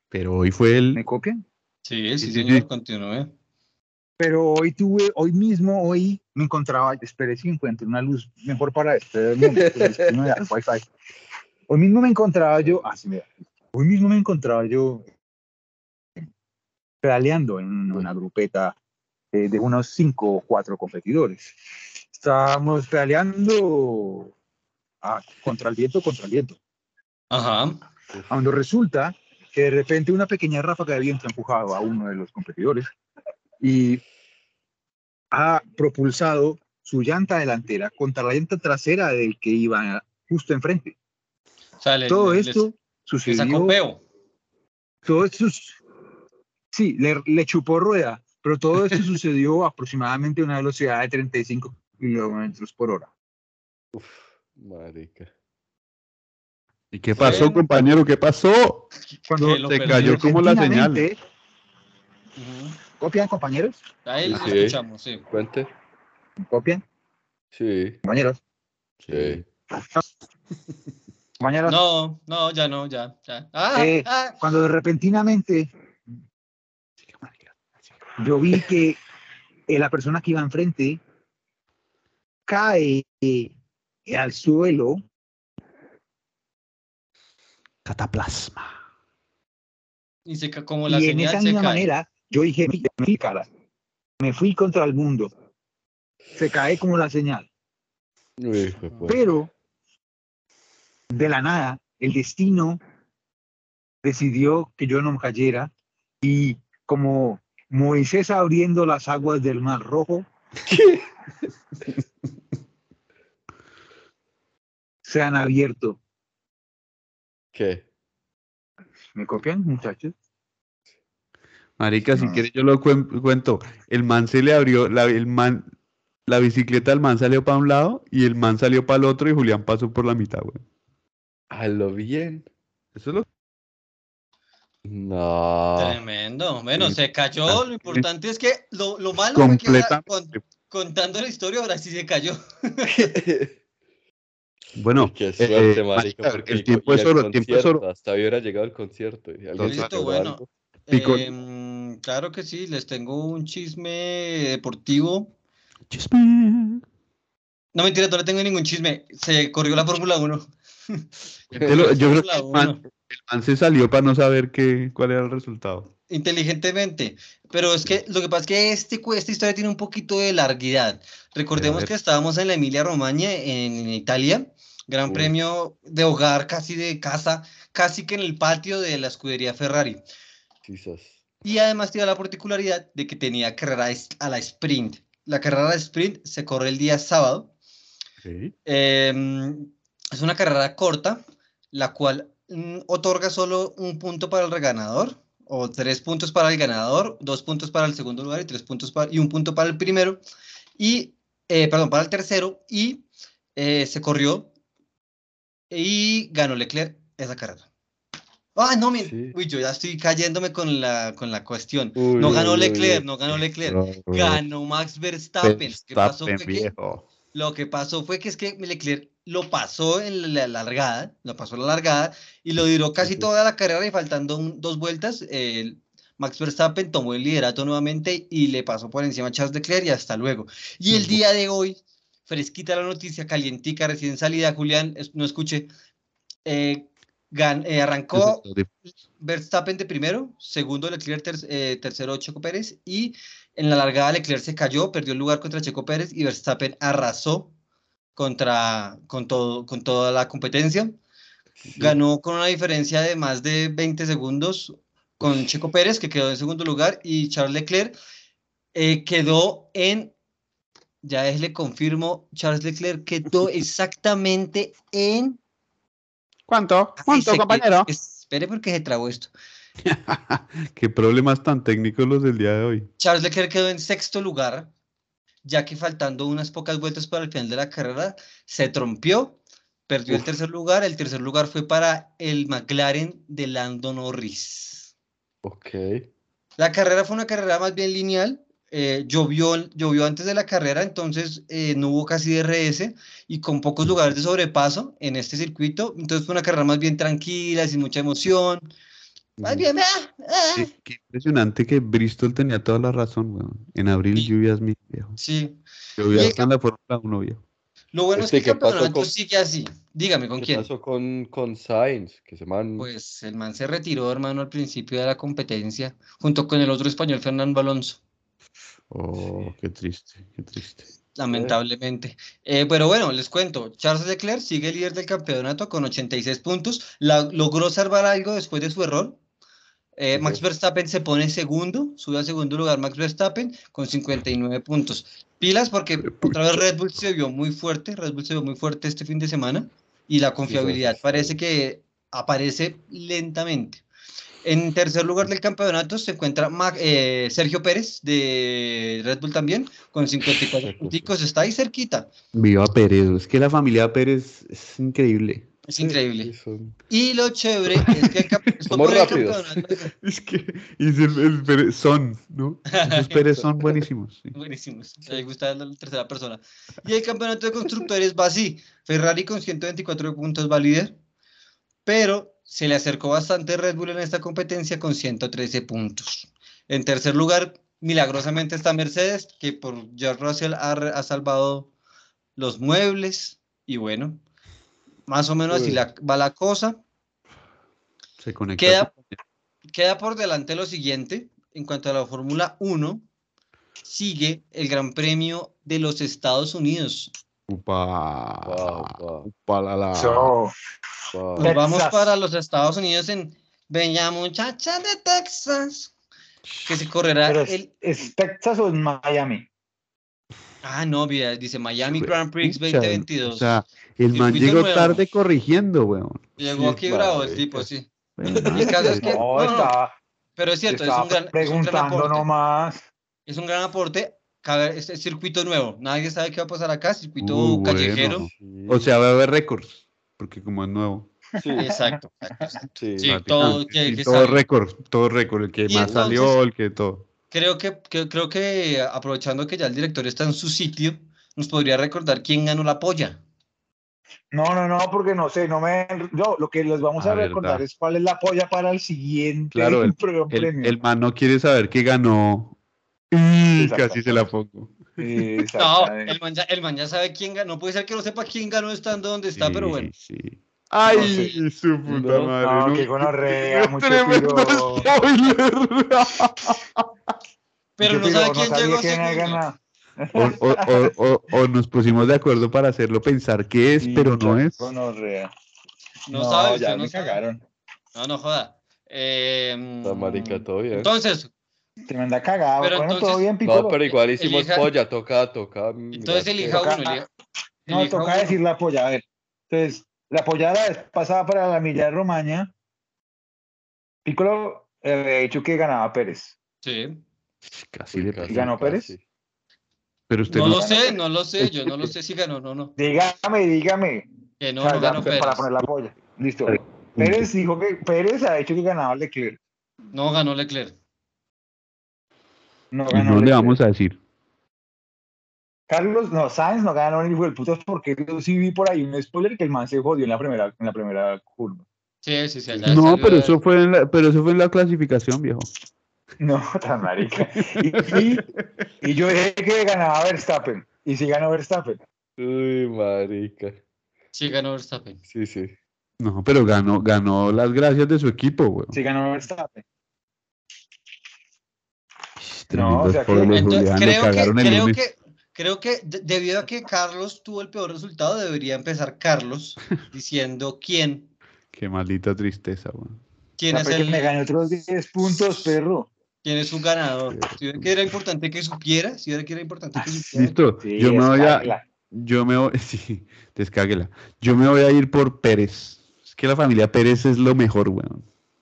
Pero hoy fue
¿Me
el.
copian?
Sí,
Sí,
sí,
sí,
señor,
sí.
continúe.
Pero hoy tuve, hoy mismo, hoy me encontraba, espere si encuentro una luz mejor para este momento, pues, no me da el wifi. Hoy mismo me encontraba yo, ah, sí, me da. hoy mismo me encontraba yo pedaleando en una grupeta eh, de unos cinco o cuatro competidores. Estábamos pedaleando ah, contra el viento, contra el viento.
Ajá.
cuando resulta que de repente una pequeña ráfaga de viento ha empujado a uno de los competidores y ha propulsado su llanta delantera contra la llanta trasera del que iba justo enfrente.
O sea, le,
Todo
le-
esto
les- le sacó
sucedió.
peo.
Todo esto. su- Sí, le, le chupó rueda, pero todo esto sucedió *laughs* aproximadamente a una velocidad de 35 kilómetros por hora.
Marica.
¿Y qué
Fue-
pasó, compañero? ¿Qué pasó?
Cuando
Que lo
se
perdió.
cayó como la señal.
repentinamente-
Ujú.
¿Copian, compañeros?
Ahí lo
Sí.
escuchamos, sí.
¿Cuente?
¿Copian?
Sí.
Compañeros.
Sí.
Compañeros.
No, no, ya no, ya, ya. Ah,
Eh,
ah.
cuando repentinamente yo vi que eh, la persona que iba enfrente cae eh, al suelo
Cataplasma.
Y se ca- como la
y en
señal
esa
se
misma
cae.
manera yo dije, "Mi- me fui cara, me fui contra el mundo, se cae como la señal,
Uy, hijo de puta.
pero de la nada el destino decidió que yo no me cayera y como Moisés abriendo las aguas del Mar Rojo, se han abierto.
¿Qué?
¿Me copian, muchachos?
Marica, si
No.
quieres yo lo cuen- cuento. El man se le abrió, la, el man, la bicicleta del man salió para un lado y el man salió para el otro y Julián pasó por la mitad, güey.
A lo bien.
Eso es lo
No.
Tremendo. Bueno,
Sí. Ah,
se cayó. Lo importante es que lo, lo malo fue que ahora,
completamente.
con- contando la historia, ahora sí se cayó.
*laughs*
Bueno,
Qué
eh,
suerte,
eh,
marica.
marica,
porque
el
co-
tiempo
y
es
al
oro, el tiempo es
concierto,
oro.
Hasta hubiera llegado al concierto. y alguien se
Listo,
pegó
bueno.
algo.
Pico-
Em, claro que sí, les tengo un chisme deportivo.
Chisme.
No, mentira, no le tengo ningún chisme. Se corrió la Fórmula 1.
Te lo- yo creo que
Fórmula
el man, el man se salió para no saber qué, cuál era el resultado.
Inteligentemente. Pero es que lo que pasa es que este, cu- esta historia tiene un poquito de larguidad. Recordemos
ver.
que estábamos en la Emilia Romagna, en Italia. Gran
Uy.
premio de hogar, casi de casa, casi que en el patio de la escudería Ferrari.
Jesus.
Y además tenía la particularidad de que tenía carrera es- a la sprint. La carrera a la sprint se corre el día sábado. Em, es una carrera corta, la cual mm, otorga solo un punto para el ganador, o tres puntos para el ganador, dos puntos para el segundo lugar y, tres puntos pa- y un punto para el primero, y, eh, perdón, para el tercero, y eh, se corrió y ganó Leclerc esa carrera. Ah, no, men-
Sí.
uy, yo ya estoy cayéndome con la, con la cuestión.
Uy,
no ganó
uy, uy,
Leclerc,
uy.
no ganó Leclerc.
No,
Ganó Max Verstappen. ¿Qué pasó?
Verstappen,
Fue que-
viejo.
lo que pasó fue que es que Leclerc lo pasó en la la largada, lo pasó en la largada y lo duró casi
Ujú.
toda la carrera y faltando un- dos vueltas, eh, Max Verstappen tomó el liderato nuevamente y le pasó por encima a Charles Leclerc y hasta luego. Y el
Ujú.
día de hoy, fresquita la noticia, calientica, recién salida, Julián, es- no escuche, eh, gan- eh, arrancó Verstappen de primero, segundo Leclerc, ter- eh, tercero Checo Pérez y en la largada Leclerc se cayó, perdió el lugar contra Checo Pérez y Verstappen arrasó contra, con, todo, con toda la competencia.
Sí.
Ganó con una diferencia de más de 20 segundos con Checo Pérez que quedó en segundo lugar y Charles Leclerc eh, quedó en, ya es, le confirmo, Charles Leclerc quedó exactamente en...
¿Cuánto?
Ay, se que- Espere porque se trabó esto.
Qué problemas tan técnicos los del día de hoy.
Charles Leclerc quedó en sexto lugar, ya que faltando unas pocas vueltas para el final de la carrera, se trompió, perdió el
Uf.
tercer lugar. El tercer lugar fue para el McLaren de Lando Norris.
Ok.
La carrera fue una carrera más bien lineal. eh, llovió, llovió antes de la carrera, entonces eh, no hubo casi DRS y con pocos lugares de sobrepaso en este circuito. Entonces fue una carrera más bien tranquila, sin mucha emoción. Más bien, ah, ah.
Qué, qué impresionante que Bristol tenía toda la razón, weón. En abril lluvias mil, viejo.
Sí.
Lluvias
Y-
hasta en la Fórmula 1, viejo.
Lo bueno
Este,
es que el
¿qué pasó
campeonato
con-
sigue así. Dígame, ¿con
¿Qué
quién?
pasó con, con Sainz? Que se man...
Pues el man se retiró, hermano, al principio de la competencia, junto con el otro español, Fernando Alonso.
Oh,
Sí.
qué triste, qué triste.
Lamentablemente. Eh, pero bueno, les cuento, Charles Leclerc sigue líder del campeonato con 86 puntos, La- logró salvar algo después de su error. Eh, Max
Ujú.
Verstappen se pone segundo, sube al segundo lugar Max Verstappen con 59 puntos. Pilas porque
Eh,
otra vez Red Bull se vio muy fuerte, Red Bull se vio muy fuerte este fin de semana y la confiabilidad
sí.
parece que aparece lentamente. En tercer lugar del campeonato se encuentra Ma- eh, Sergio Pérez de Red Bull también con 54 punticos, está ahí cerquita,
Viva Pérez, es que la familia Pérez es increíble.
es increíble.
Sí, son-
Y lo chévere es que
*laughs*
el campe- son
Somos
por *laughs* el
rápidos.
campeonato-
*laughs* Es que y es el- el Pérez- son, ¿no?
*laughs*
Esos Pérez son buenísimos. sí.
Buenísimos. Me gusta la tercera persona. Y el campeonato de constructores va así. Ferrari con 124 puntos va líder, pero se le acercó bastante Red Bull en esta competencia con 113 puntos. En tercer lugar, milagrosamente está Mercedes, que por George Russell ha, re- ha salvado los muebles. Y bueno, más o menos así
Uy.
la- va la cosa.
Se conecta.
Queda, queda por delante lo siguiente, en cuanto a la Fórmula 1, sigue el Gran Premio de los Estados Unidos.
Upa.
Wow, wow,
Upa la la.
So,
wow.
Nos vamos
Texas.
para los Estados Unidos en Bella Muchacha de Texas, que se correrá
pero es,
Ah, el...
¿es Texas o es Miami?
Ah, no, mira, dice Miami
Hijo de
Grand Prix
pucha,
2022.
O sea, el man
Circuito
llegó
nuevo.
tarde corrigiendo, weón.
Llegó aquí bravo el
marica.
tipo, sí.
Bueno,
El caso es que-
No,
no, no,
estaba,
Pero es cierto, es
estaba
un gran, es un gran
preguntando
aporte.
nomás.
Es un gran aporte. Cabe- Es, es circuito nuevo. Nadie sabe qué va a pasar acá. Circuito
Uh, bueno.
callejero.
Sí,
O sea, va a haber récords, porque como es nuevo.
sí,
Exacto.
sí.
sí.
prácticamente,
todo que-
sí,
que
todo
sale.
récord, todo récord, el que
Y
más salió,
entonces-
el que todo.
Creo que, que- creo que aprovechando que ya el director está en su sitio, nos podría recordar quién ganó la polla.
No, no, no, porque no sé, no me. Yo, lo que les vamos a
Ah,
recordar
verdad.
es cuál es la polla para el siguiente
Claro, el-
Gran
El,
premio.
el man no quiere saber que ganó. Y casi se la pongo.
No,
Exactamente.
el man, ya, el man ya sabe quién ganó. Puede ser que no sepa quién ganó estando donde está, pero
Sí,
bueno.
sí. Ay,
No sé.
su puta
No,
madre.
No,
no.
qué
*laughs*
gonorrea, mucho
Tremendo
piro.
spoiler. *laughs*
Pero no
Mucho piro,
sabe quién
sabía
llegó
quién había
segundo.
ganado.
O, o- o- o- o nos pusimos de acuerdo para hacerlo pensar que es,
Sí,
pero no
mucha
es.
gonorrea.
No sabe, usted
ya
no
me
sabe.
cagaron.
No, no joda. Eh,
La marica, todo bien.
Entonces,
Tremenda cagada.
Pero
bueno,
entonces-
todo bien, Pipo.
No, pero igual hicimos
elija-
polla, toca, toca.
entonces elija
Toca-
uno. elija-
No,
elija
toca
uno.
decir la polla, a ver. Entonces, la polla la vez pasada para la milla de Romaña. Piccolo eh, había dicho que ganaba Pérez.
Sí.
Casi le
casi.
pega.
ganó Pérez?
Pero usted
No
no,
lo
ganó
sé,
Pérez.
no lo sé. Yo no lo sé si ganó, no, no.
Dígame, dígame.
Que no,
O sea,
no
ya,
ganó
pues,
Pérez.
Para poner la polla. Listo.
Pérez.
Pérez dijo que Pérez ha dicho que ganaba Leclerc.
No ganó Leclerc.
No
Y
ganó
no le
Leclerc.
vamos a decir.
Carlos, no, Sainz no ganó ni hijo de putas porque yo sí vi por ahí un spoiler que el man se jodió en la primera, en la primera curva. *laughs*
Sí, sí, sí. allá
No,
salió
pero
de-
eso fue en la, pero eso fue en la clasificación, viejo.
No, tan marica. Y, y- y yo dije que ganaba Verstappen. Y sí ganó Verstappen.
Uy, marica.
Sí, ganó Verstappen.
Sí, sí.
No, pero ganó, ganó las gracias de su equipo, güey.
Sí ganó Verstappen.
Tremendo
o sea que-
spoiler,
Entonces,
Julián, nos
creo
cagaron
que,
el
creo
lunes.
que, creo que de- debido a que Carlos tuvo el peor resultado, debería empezar Carlos diciendo quién,
Qué maldita tristeza, güey.
quién,
La
es,
pe-
el,
Me ganó otros 10 puntos, perro.
quién es su ganador. Si hubiera que era importante que supiera, si hubiera que era importante que supiera.
Listo,
Sí,
yo me voy a,
descárguela.
yo me voy, *laughs* sí, descáguela. Yo me voy a ir por Pérez. Es que la familia Pérez es lo mejor, güey.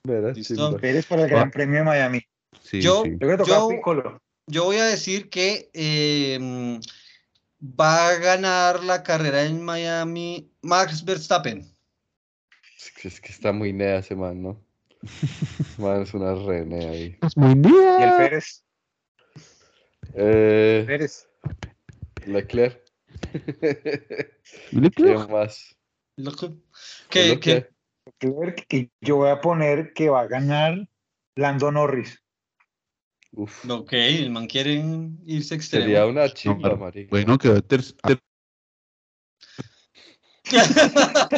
Verás,
Listo.
chimba.
Pérez para el
Ah.
Gran Premio de Miami.
Sí,
Yo-
sí.
Yo creo que tocaba
Yo-
Piccolo.
Yo voy a decir que eh, mm, va a ganar la carrera en Miami Max Verstappen.
Es que- es que está muy nea ese
*laughs*
man, ¿no? Ese man es una re nea ahí.
Y el Pérez.
Eh,
Pérez.
Leclerc. *laughs* ¿Qué
Leclerc.
más?
Loco. Que, que,
Leclerc, y yo voy a poner que va a ganar Lando Norris.
Uf,
no, ok, el man quiere irse extremo.
sería una chimba,
No,
marica.
Bueno, quedó tercero.
Ah,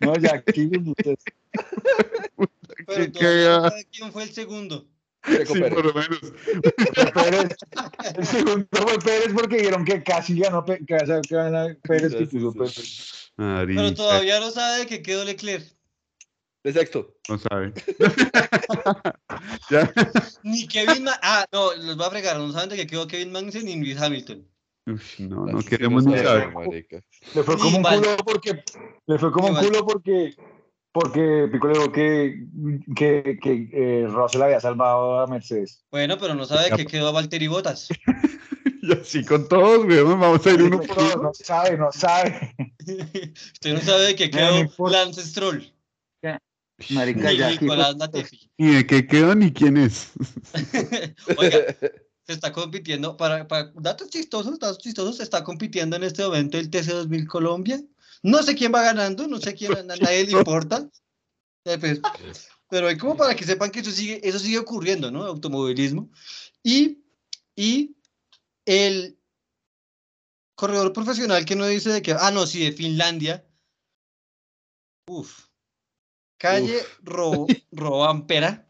No, ya aquí. *laughs* putas.
*laughs* Pero
Qué
todavía no
cagada.
sabe ¿Quién fue el segundo?
Checo
Sí,
Pérez.
por lo menos.
Fue Pérez. El segundo fue Pérez porque vieron que casi ganó Pe- que va a- que gana Pérez. que puso Pérez.
Marica,
Pero todavía no sabe que quedó Leclerc.
De sexto.
No
*laughs*
sabe. ya.
Ni Kevin Ma- Ah, no, los va a fregar. No saben de que quedó Kevin Magnussen ni Luis Hamilton.
Uf, no, no
Así sí
queremos ni
sabe,
saber. *laughs*
marica.
Le fue como un
Vale.
culo porque. Le fue como un
Vale.
culo porque. Porque Pico le dijo que, que, que eh, Russell había salvado a Mercedes.
Bueno, pero no sabe
pues.
que quedó Valtteri Botas.
Y así con todos, weón, vamos a ir uno por
No,
uno.
no sabe, no sabe.
*laughs* Usted no sabe de que
No, no
quedó
importa.
Lance Stroll.
Marica,
Ni
ya. aquí-
Nicolás Latifi.
Ni de qué quedó ni quién es.
Oiga, se está compitiendo, para, para datos chistosos, datos chistosos, se está compitiendo en este momento el TC2000 Colombia. No sé quién va ganando, no sé quién, a nadie le importa. Eh, pues, Pero hay como para que sepan que eso sigue, eso sigue ocurriendo, ¿no? Automovilismo. Y, y el corredor profesional que no dice de que, ah, no, sí, de Finlandia. Uf. Calle Ro- Robampera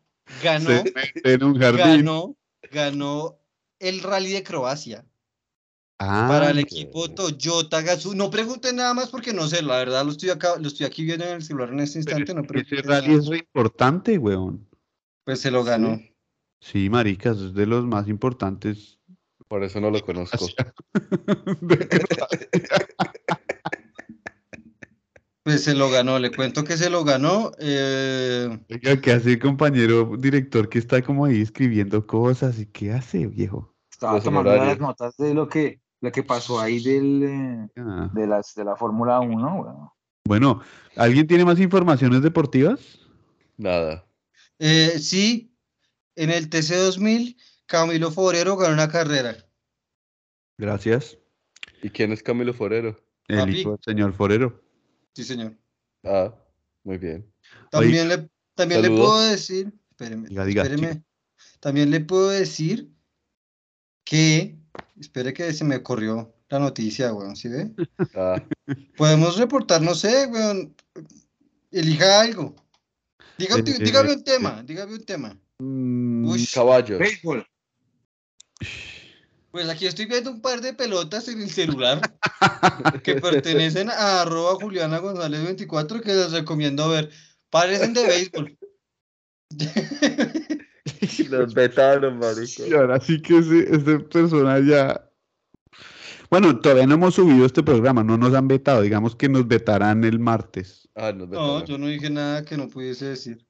*laughs*
ganó
Se mete en un jardín.
ganó, ganó el rally de Croacia
Ah,
para el
ok.
equipo Toyota Gazoo. No pregunten nada más porque no sé, la verdad lo estoy acá, lo estoy aquí viendo en el celular en este instante. No
ese
pregunten
rally
nada.
es re importante, weón.
Pues se lo ganó.
Sí,
Sí, maricas, es de los más importantes.
*laughs*
*laughs*
Por eso no lo conozco.
Pues se lo ganó. Le cuento que se lo ganó. eh,
Oiga, ¿qué hace el compañero director que está como ahí escribiendo cosas? ¿Y qué hace, viejo?
Estaba
Los
tomando
honorarios.
las notas de lo que, lo que pasó ahí del, eh,
Ah.
de, las, de la Fórmula 1. weón.
Bueno, ¿alguien tiene más informaciones deportivas?
Nada.
eh, sí, en el TC2000 Camilo Forero ganó una carrera.
Gracias.
¿Y quién es Camilo Forero?
El
Papi.
hijo del señor Forero.
Sí, señor.
Ah, muy bien.
También le, también le
saludo.
puedo decir, espéreme,
Diga, diga,
espéreme. También le puedo decir que, espere que se me corrió la noticia, weón,
*laughs*
¿sí ve?
Ah,
Podemos reportar, no sé, weón, elija algo. Diga-
Eh,
di-
eh,
dígame un tema, dígame un tema.
Mm,
Uy,
*laughs*
caballos.
Béisbol.
pues aquí estoy viendo un par de pelotas en el
*laughs*
celular que pertenecen a arroba Juliana González 24 que les recomiendo ver.
*laughs*
Parecen de béisbol.
Los vetaron, marico.
Y ahora sí que ese, ese personal ya. Bueno, todavía no hemos subido este programa, no nos han vetado. Digamos que nos vetarán el martes.
Ah, los
No,
vetaron.
yo no dije nada que no pudiese decir.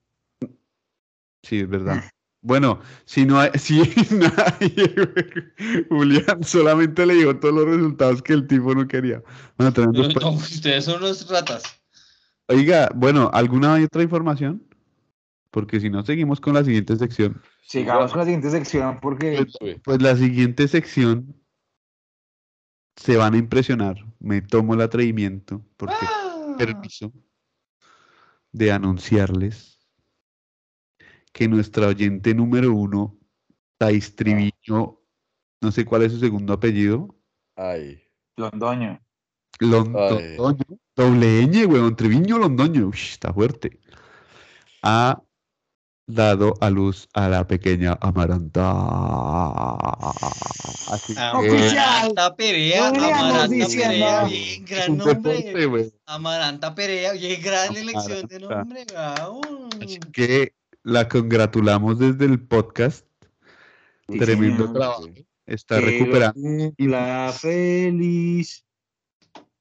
Sí, es verdad. Bueno, si no hay, *laughs* si nadie, Julián solamente le dijo todos los resultados que el tipo no quería. Bueno, tremendo
Pero
pa-
no, ustedes son unos ratas.
Oiga, bueno, ¿alguna otra información? Porque si no, seguimos con la siguiente sección.
Sigamos con la siguiente sección porque
Uy,
Pues la siguiente sección se van a impresionar. Me tomo el atrevimiento porque
Ah.
permiso de anunciarles que nuestra oyente número uno, Thais Triviño, no sé cuál es su segundo apellido,
Ay.
Londoño.
Ay.
Londoño, doble ñ, weón, Triviño Londoño, uy, está fuerte, ha dado a luz a la pequeña Amaranta. Así que-
Oficial.
Ah, Amaranta Perea,
No veníamos
Amaranta
diciendo.
Perea, bien gran
Un
nombre.
deporte, weón.
Amaranta Perea, bien gran elección de
Amaranta.
nombre, uh. bravo.
Así que la congratulamos desde el podcast.
Uy,
Tremendo
señor.
trabajo. Está
Que lo
recuperando.
cumpla feliz.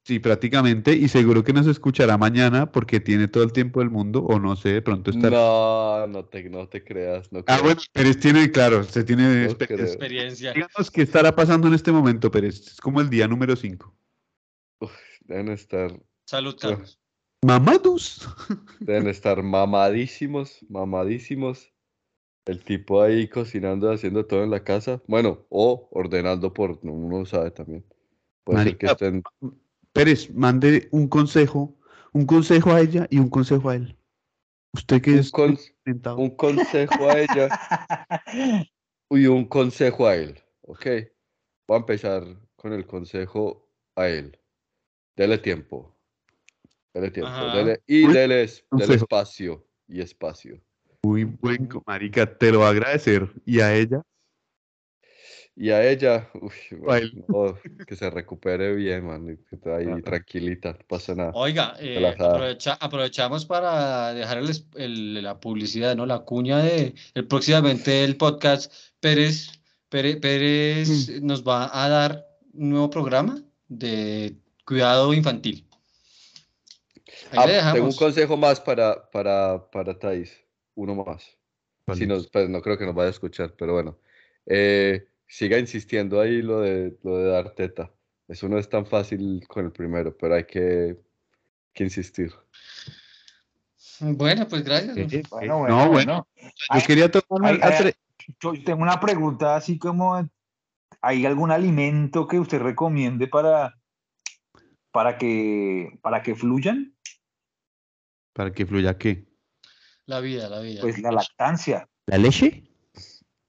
Sí, prácticamente. Y seguro que nos escuchará mañana porque tiene todo el tiempo del mundo. O no sé, de pronto estará.
No, no te, no te creas. No
Ah,
creo.
bueno, Pérez tiene, claro, se tiene
No
experiencia.
creo.
Experiencia.
Digamos que estará pasando en este momento, Pérez. Es como el día número 5.
Deben estar,
Salud, Carlos.
Mamadus.
deben estar mamadísimos, mamadísimos. El tipo ahí cocinando, haciendo todo en la casa. Bueno, o ordenando por, uno sabe también. Puede ser que
Marica,
estén.
Pérez, mande un consejo, un consejo a ella y un consejo a él. Usted que
Un,
es
con-
sentado.
un consejo a ella
*laughs*
y un consejo a él. Ok. Voy a empezar con el consejo a él. Dele tiempo. Dele tiempo.
Ajá.
dele- y
Uy,
dele, es- dele
Pues, consejo.
espacio. Y espacio.
muy buen, co- marica, te lo va a agradecer. Y a ella,
Y a ella, uy,
A
bueno,
él.
no, que se recupere bien, man, y que está ahí
Ajá.
tranquilita, no pasa nada.
*laughs*
Oiga, eh,
Relajada.
aprovecha- aprovechamos para dejar el es- el- la publicidad, ¿no? La cuña de el, próximamente el podcast. Pérez, Pérez, Pérez nos va a dar un nuevo programa de cuidado infantil. Ahí
Ah,
le
tengo un
dejamos.
consejo más para, para, para Thais, uno más. Si nos, pues, no creo que nos vaya a escuchar, pero bueno. Eh, siga insistiendo ahí lo de, lo de dar teta. Eso no es tan fácil con el primero, pero hay que, que insistir.
Bueno, pues gracias.
Eh, eh,
Bueno,
eh,
bueno,
no, bueno,
bueno.
yo
Ay,
quería tomarme
ay, ay,
atre-
Yo tengo una pregunta así como, ¿hay algún alimento que usted recomiende para, para, que, para que fluyan?
para que fluya qué.
La vida, la vida.
Pues la lactancia.
¿La leche?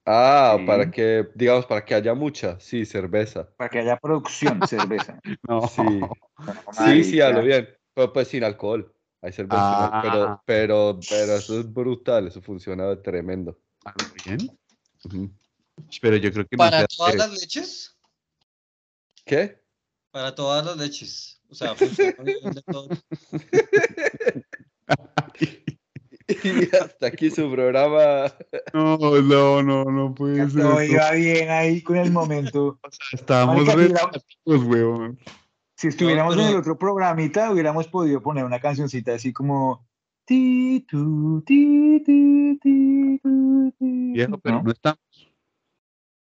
Ah, para
Sí.
que, digamos, para que haya mucha, sí, cerveza.
Para que haya producción de cerveza.
No.
Sí. Sí,
Marica.
sí, a lo bien. Pero pues sin alcohol. Hay cerveza sin alcohol,
Ah.
pero, pero, pero eso es brutal, eso funciona tremendo.
Ah, muy bien. Pero yo creo que no
Para
sea
todas
que-
las leches,
¿Qué? *laughs*
para todas las leches. O sea, pues, *laughs*
*laughs*
funciona bien de todo.
Y hasta aquí su programa.
No, no, no, no puede ser.
Todo iba bien ahí con el momento.
Estábamos
Marica,
re
mira,
locos, huevón.
Si estuviéramos
pero-
en el otro programita, hubiéramos podido poner una cancioncita así como. Ti, tu, ti, ti, ti, tu, ti,
Viejo,
tu,
pero
¿no?
no estamos.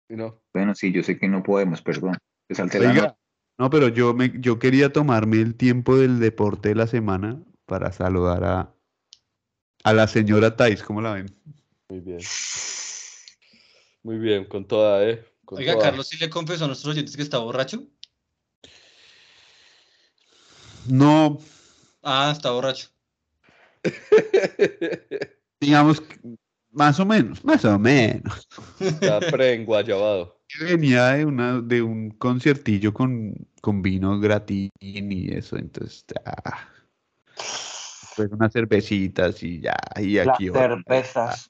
Y no.
Bueno, sí, yo sé que no podemos, perdón. Te salté la
Oiga,
nota.
no, pero yo, me, yo quería tomarme el tiempo del deporte de la semana para saludar a, a la señora Thais, ¿cómo la ven?
Muy bien. Muy bien, con toda, ¿eh? Con
Oiga,
toda.
Carlos, ¿sí le confesó a nuestros oyentes que está borracho?
No,
Ah, está borracho.
digamos, que- más o menos, más o *laughs* menos.
Está preenguayabado.
Venía de, una, de un conciertillo con, con vino gratín y eso, entonces, ah, pues unas cervecitas y ya, y
Las
aquí. otra.
cervezas.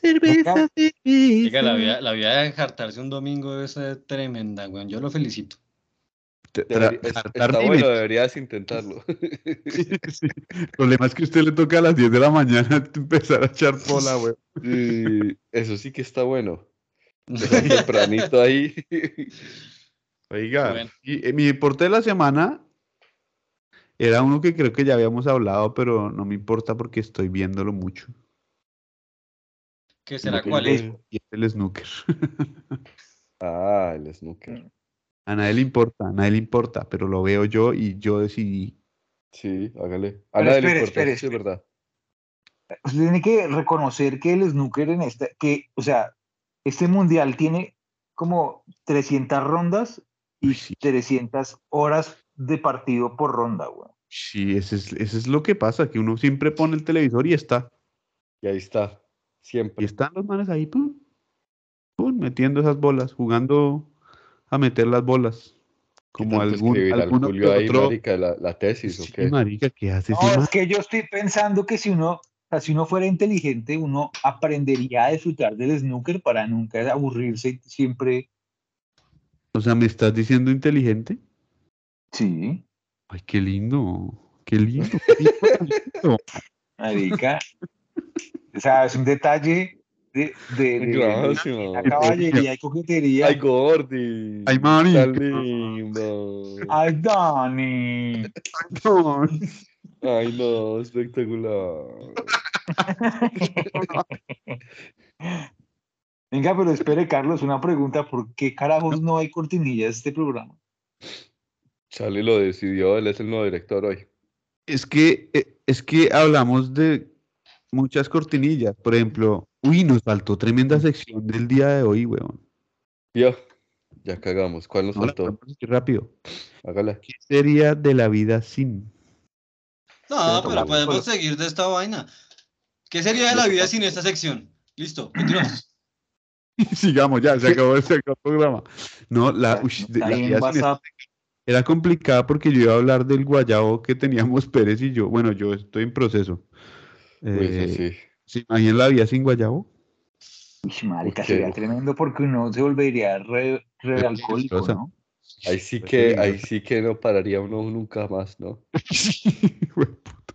Cerveza,
Oiga, la
cerveza.
vida, la vida de enjartarse un domingo debe ser tremenda, weón. Yo lo felicito.
Tra-
Debería- es-
jartar
está
nivel.
bueno, deberías intentarlo.
Sí. *laughs* El problema es que a usted le toca a las 10 de la mañana *laughs* empezar a echar pola, güey.
Y eso sí que está bueno. Dejar tempranito ahí.
Oiga,
Bueno.
y, eh, mi deporte de la semana era uno que creo que ya habíamos hablado, pero no me importa porque estoy viéndolo mucho.
*laughs*
¿Qué será
que
cuál
yo
es?
le-
Y es el snooker. *laughs*
Ah, el snooker.
Mm.
A nadie le importa, a nadie le importa, pero lo veo yo y yo decidí.
Sí, hágale. A
Pero
nadie le
espere,
importa,
espere,
eso sí es verdad.
Usted tiene que reconocer que el snooker en esta, que, o sea, este mundial tiene como 300 rondas y
Uy, sí.
300 horas de partido por ronda, güey.
Sí, ese es, ese es lo que pasa, que uno siempre pone el televisor y está.
Y ahí está,
Y
siempre.
están los manes ahí, pum, pum, metiendo esas bolas, jugando a meter las bolas.
¿Qué
Como
tanto
algún,
escribirá el
alguno
Julio
que
ahí,
otro.
marica, la, la tesis
Sí,
o qué?
marica, ¿qué hace ese
No,
man?
es que yo estoy pensando que si uno, o sea, si uno fuera inteligente, uno aprendería a disfrutar del snooker para nunca aburrirse y siempre.
O sea, ¿me estás diciendo inteligente?
Sí,
Ay, qué lindo, qué lindo. qué lindo.
marica. o sea, es un detalle de, de, de- de-
Gracias.
la caballería y coquetería.
Ay, Gordy.
Ay, mami.
Tan lindo.
Ah.
Ay, Dani.
No,
Ay, no, espectacular.
Venga, pero espere, Carlos, una pregunta. ¿Por qué carajos no hay cortinillas de este programa?
Charlie lo decidió, él es el nuevo director hoy.
e, Es que, eh, es que hablamos de muchas cortinillas. Por ejemplo, Uy, nos faltó tremenda sección del día de hoy, weón.
Yo, ya cagamos. ¿Cuál nos
No, la
faltó?
podemos decir rápido.
Hágala.
¿Qué sería de la vida sin?
No,
Pero
pero
tomamos-
podemos seguir de esta vaina. ¿Qué sería de la vida sin esta sección? Listo,
*laughs*
continuamos.
*laughs* Sigamos, ya, se acabó, se acabó el programa. No, la, Ah, uy, de- la
Ahí en
vida sin
WhatsApp.
Era complicada porque yo iba a hablar del guayabo que teníamos *laughs* Pérez y yo. Bueno, yo estoy en proceso.
Uy, eso
Eh,
sí.
¿Se imaginan la vida sin guayabo? *laughs*
Uy, marica,
Ok.
sería tremendo porque uno se volvería re, re
Es
alcohólico,
peligrosa.
¿no?
Ahí sí
Pues
que,
sí,
ahí
yo-
sí que no pararía uno nunca más, ¿no?
Güey,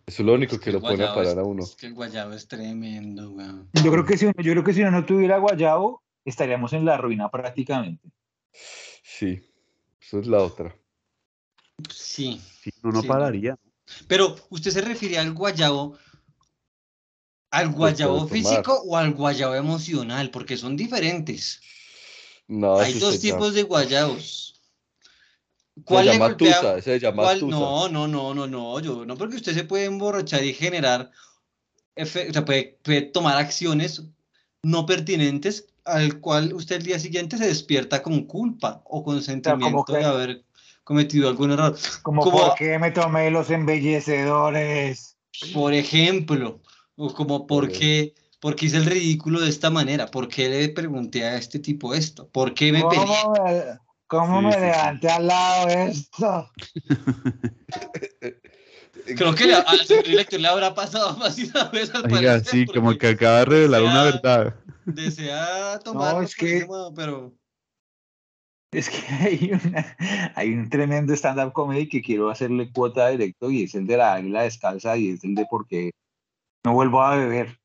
Eso es lo único que
El
lo pone a
guayabo es-
parar a uno.
Es que el guayabo es tremendo, weón.
Yo creo que si, yo creo que si uno no tuviera guayabo, estaríamos en la ruina prácticamente.
Sí, eso es la otra.
Sí.
sí, no, no
Sí.
pararía.
Pero, ¿usted se refiere al guayabo? ¿Al guayabo
tomar.
físico o al guayabo emocional? Porque son diferentes.
No,
Hay
eso
dos
se llama-
tipos de guayabos.
se
¿Cuál le
llama
golpea?
tusa, ese se llama
cuál-
tusa.
No, no, no, no, no. Yo, no porque usted se puede emborrachar y generar, efe- o sea, puede, puede tomar acciones no pertinentes al cual usted el día siguiente se despierta con culpa o con sentimiento
que-
de haber cometido algún error.
Como,
Como-
¿por qué me tomé los embellecedores?
Por ejemplo, o como por
Pero-
qué, por qué hice el ridículo de esta manera, por qué le pregunté a este tipo esto, por qué me peleé.
¿Cómo me, cómo
Sí,
me
sí, sí.
levanté al lado de esto? *laughs*
Creo que le- al señor director le habrá pasado más de una vez al
Oiga,
parecer,
sí, como que
porque
acaba de revelar
sea-
una verdad.
desea tomar
es que-
pero
Es que hay, una- hay un tremendo stand-up comedy que quiero hacerle cuota directo y es el de la águila descalza y es el de por qué no vuelvo a beber.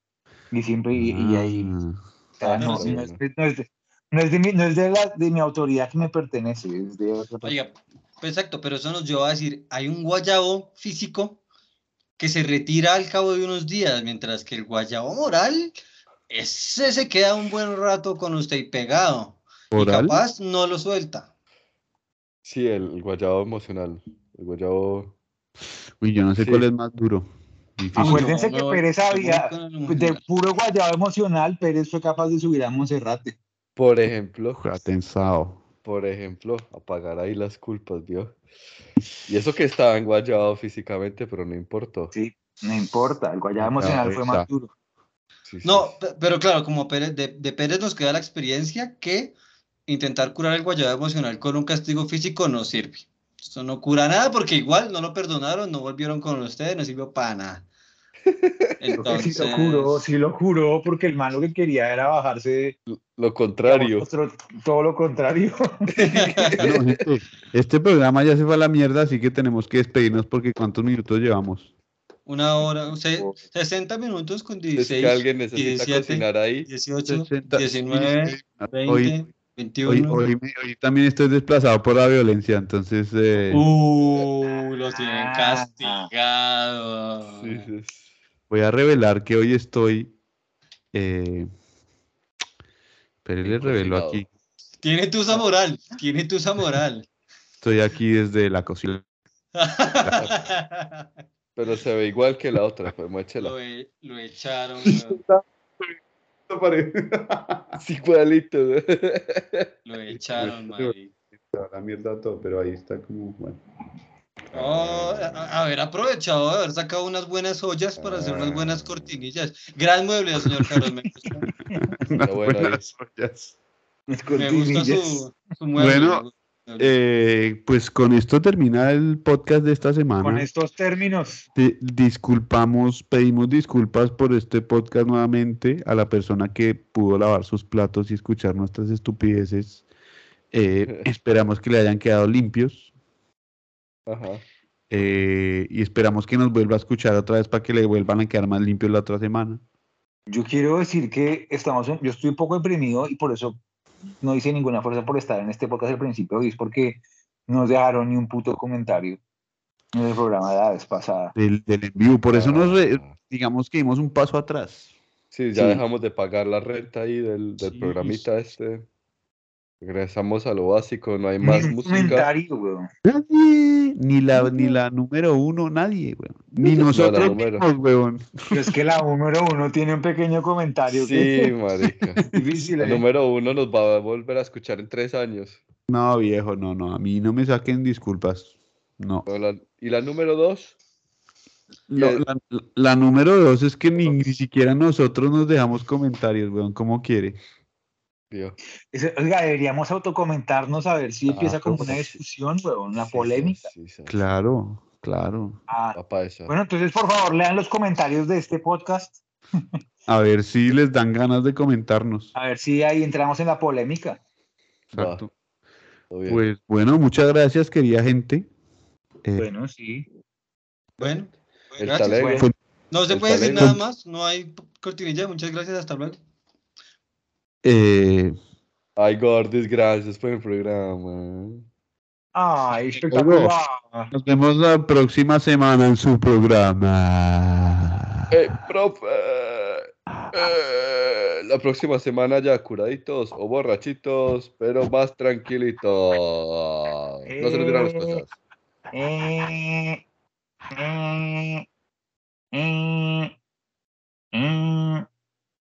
Y siempre, y, y ahí,
Ah,
o sea,
Ah,
no,
sí.
no es, no es de, no es de mi, no es de, la, de mi autoridad que me pertenece, es de otra persona.
oiga, pues, exacto, pero eso nos lleva a decir, hay un guayabo físico que se retira al cabo de unos días, mientras que el guayabo moral, ese se queda un buen rato con usted y pegado.
¿Oral?
Y capaz no lo suelta.
Sí, el guayabo emocional. El guayabo.
Uy, yo no sé
Sí.
cuál es más duro. Difícil.
Uy,
Acuérdense
no,
Ah, pues que
no,
Pérez
yo voy
había-
con el
Pues De
emocional.
puro guayado emocional, Pérez fue capaz de subir a Monserrate.
Por ejemplo,
Ojo, Atensado.
por ejemplo, apagar ahí las culpas, ¿vio? Y eso que estaba en guayabo físicamente, pero no importó.
Sí, no importa, el guayado emocional fue más
Cabeza.
duro.
Sí, sí.
No, pe- pero claro, como Pérez, de, de Pérez nos queda la experiencia que intentar curar el guayabo emocional con un castigo físico no sirve. Esto no cura nada porque igual no lo perdonaron, no volvieron con ustedes, no sirvió para nada.
Creo que
Entonces,
sí lo juró, sí lo juró, porque el man lo que quería era bajarse
Lo
digamos,
contrario.
otro- todo lo contrario.
Bueno,
*laughs*
Ah, gente, este programa ya se fue a la mierda, así que tenemos que despedirnos porque ¿cuántos minutos llevamos?
*laughs* una hora, se- 60 minutos con
Es
16,
que alguien necesita
17,
cocinar ahí.
18,
60.
19,
Hoy,
20,
hoy,
21.
hoy me- hoy también estoy desplazado por la violencia, entonces... eh,
Uh, los tienen
Ah.
castigados.
Sí, sí, sí.
Voy a revelar que hoy estoy. Eh, pero le revelo
Encocinado.
aquí.
Tiene tusa moral, tiene tusa moral.
Estoy aquí desde la *laughs* cocina.
Pero se ve igual que la otra, pues muéchela. *laughs*
*laughs* lo, e- lo echaron, weón,
Es
*laughs*
igualito. ¿no?
lo echaron,
Pero-
marica.
La mierda todo, pero ahí está como. Bueno.
Oh, a- a- haber aprovechado de haber sacado unas buenas ollas para hacer unas buenas
Ah.
cortinillas. Gran mueble, señor Carlos. Me gusta,
Unas
bueno,
*laughs*
ahí.
buenas ollas.
Las
me gusta
cortinillas.
su, su mueble. me
Bueno,
gusta su mueble.
Eh, pues con esto termina el podcast de esta
Con
semana.
estos términos,
Te- disculpamos, pedimos disculpas por este podcast nuevamente a la persona que pudo lavar sus platos y escuchar nuestras estupideces. *laughs* Eh, esperamos que le hayan quedado limpios.
Ajá.
Eh, y esperamos que nos vuelva a escuchar otra vez para que le vuelvan a quedar más limpios la otra semana.
yo quiero decir que estamos, en- yo estoy un poco deprimido y por eso no hice ninguna fuerza por estar en este podcast al principio y es porque no nos dejaron ni un puto comentario en el programa de la vez pasada.
Del, del envío. Por eso nos re-
Ah,
digamos que dimos un paso atrás.
Sí, ya
sí.
dejamos de pagar la renta ahí del, del
Sí,
programita este. Regresamos a lo básico, no hay
Ni
más
un
música.
comentario, weón.
Nadie, ni la, ni la número uno, nadie, weón. Ni nosotros
número.
mismos, weón.
Pero es que la número uno tiene un pequeño comentario. que
Sí, marica.
es difícil.
La
¿eh?
número uno nos va a volver a escuchar en tres años.
No, viejo, no, no. A mí no me saquen disculpas. No.
O la- y la número dos,
Lo-
Eh,
la, la número dos es que ni, ni siquiera nosotros nos dejamos comentarios, weón, como quiere.
tío.
Ese- Oiga, deberíamos autocomentarnos a ver si
Ah,
empieza como una
sí.
discusión, weón, una
Sí,
polémica.
sí, sí, sí.
Claro, claro.
Ah,
Va pa' esa.
Bueno, entonces por favor lean los comentarios de este podcast
A ver si les dan ganas de comentarnos.
a ver si ahí entramos en la polémica.
Exacto.
Todo bien.
Pues bueno, muchas gracias, querida gente. Eh,
Bueno, sí.
Bueno,
El
gracias.
talego.
Bueno.
no se
el
puede decir
talego.
nada más, no hay cortinilla. Muchas gracias, hasta luego.
eh,
Ay, Gordis, gracias por el programa.
Ay, espectacular.
nos vemos la próxima semana en su programa.
Eh, profe. eh, la próxima semana ya curaditos o borrachitos, pero más tranquilitos. No se les dirán las cosas.
Eh, eh, eh, eh.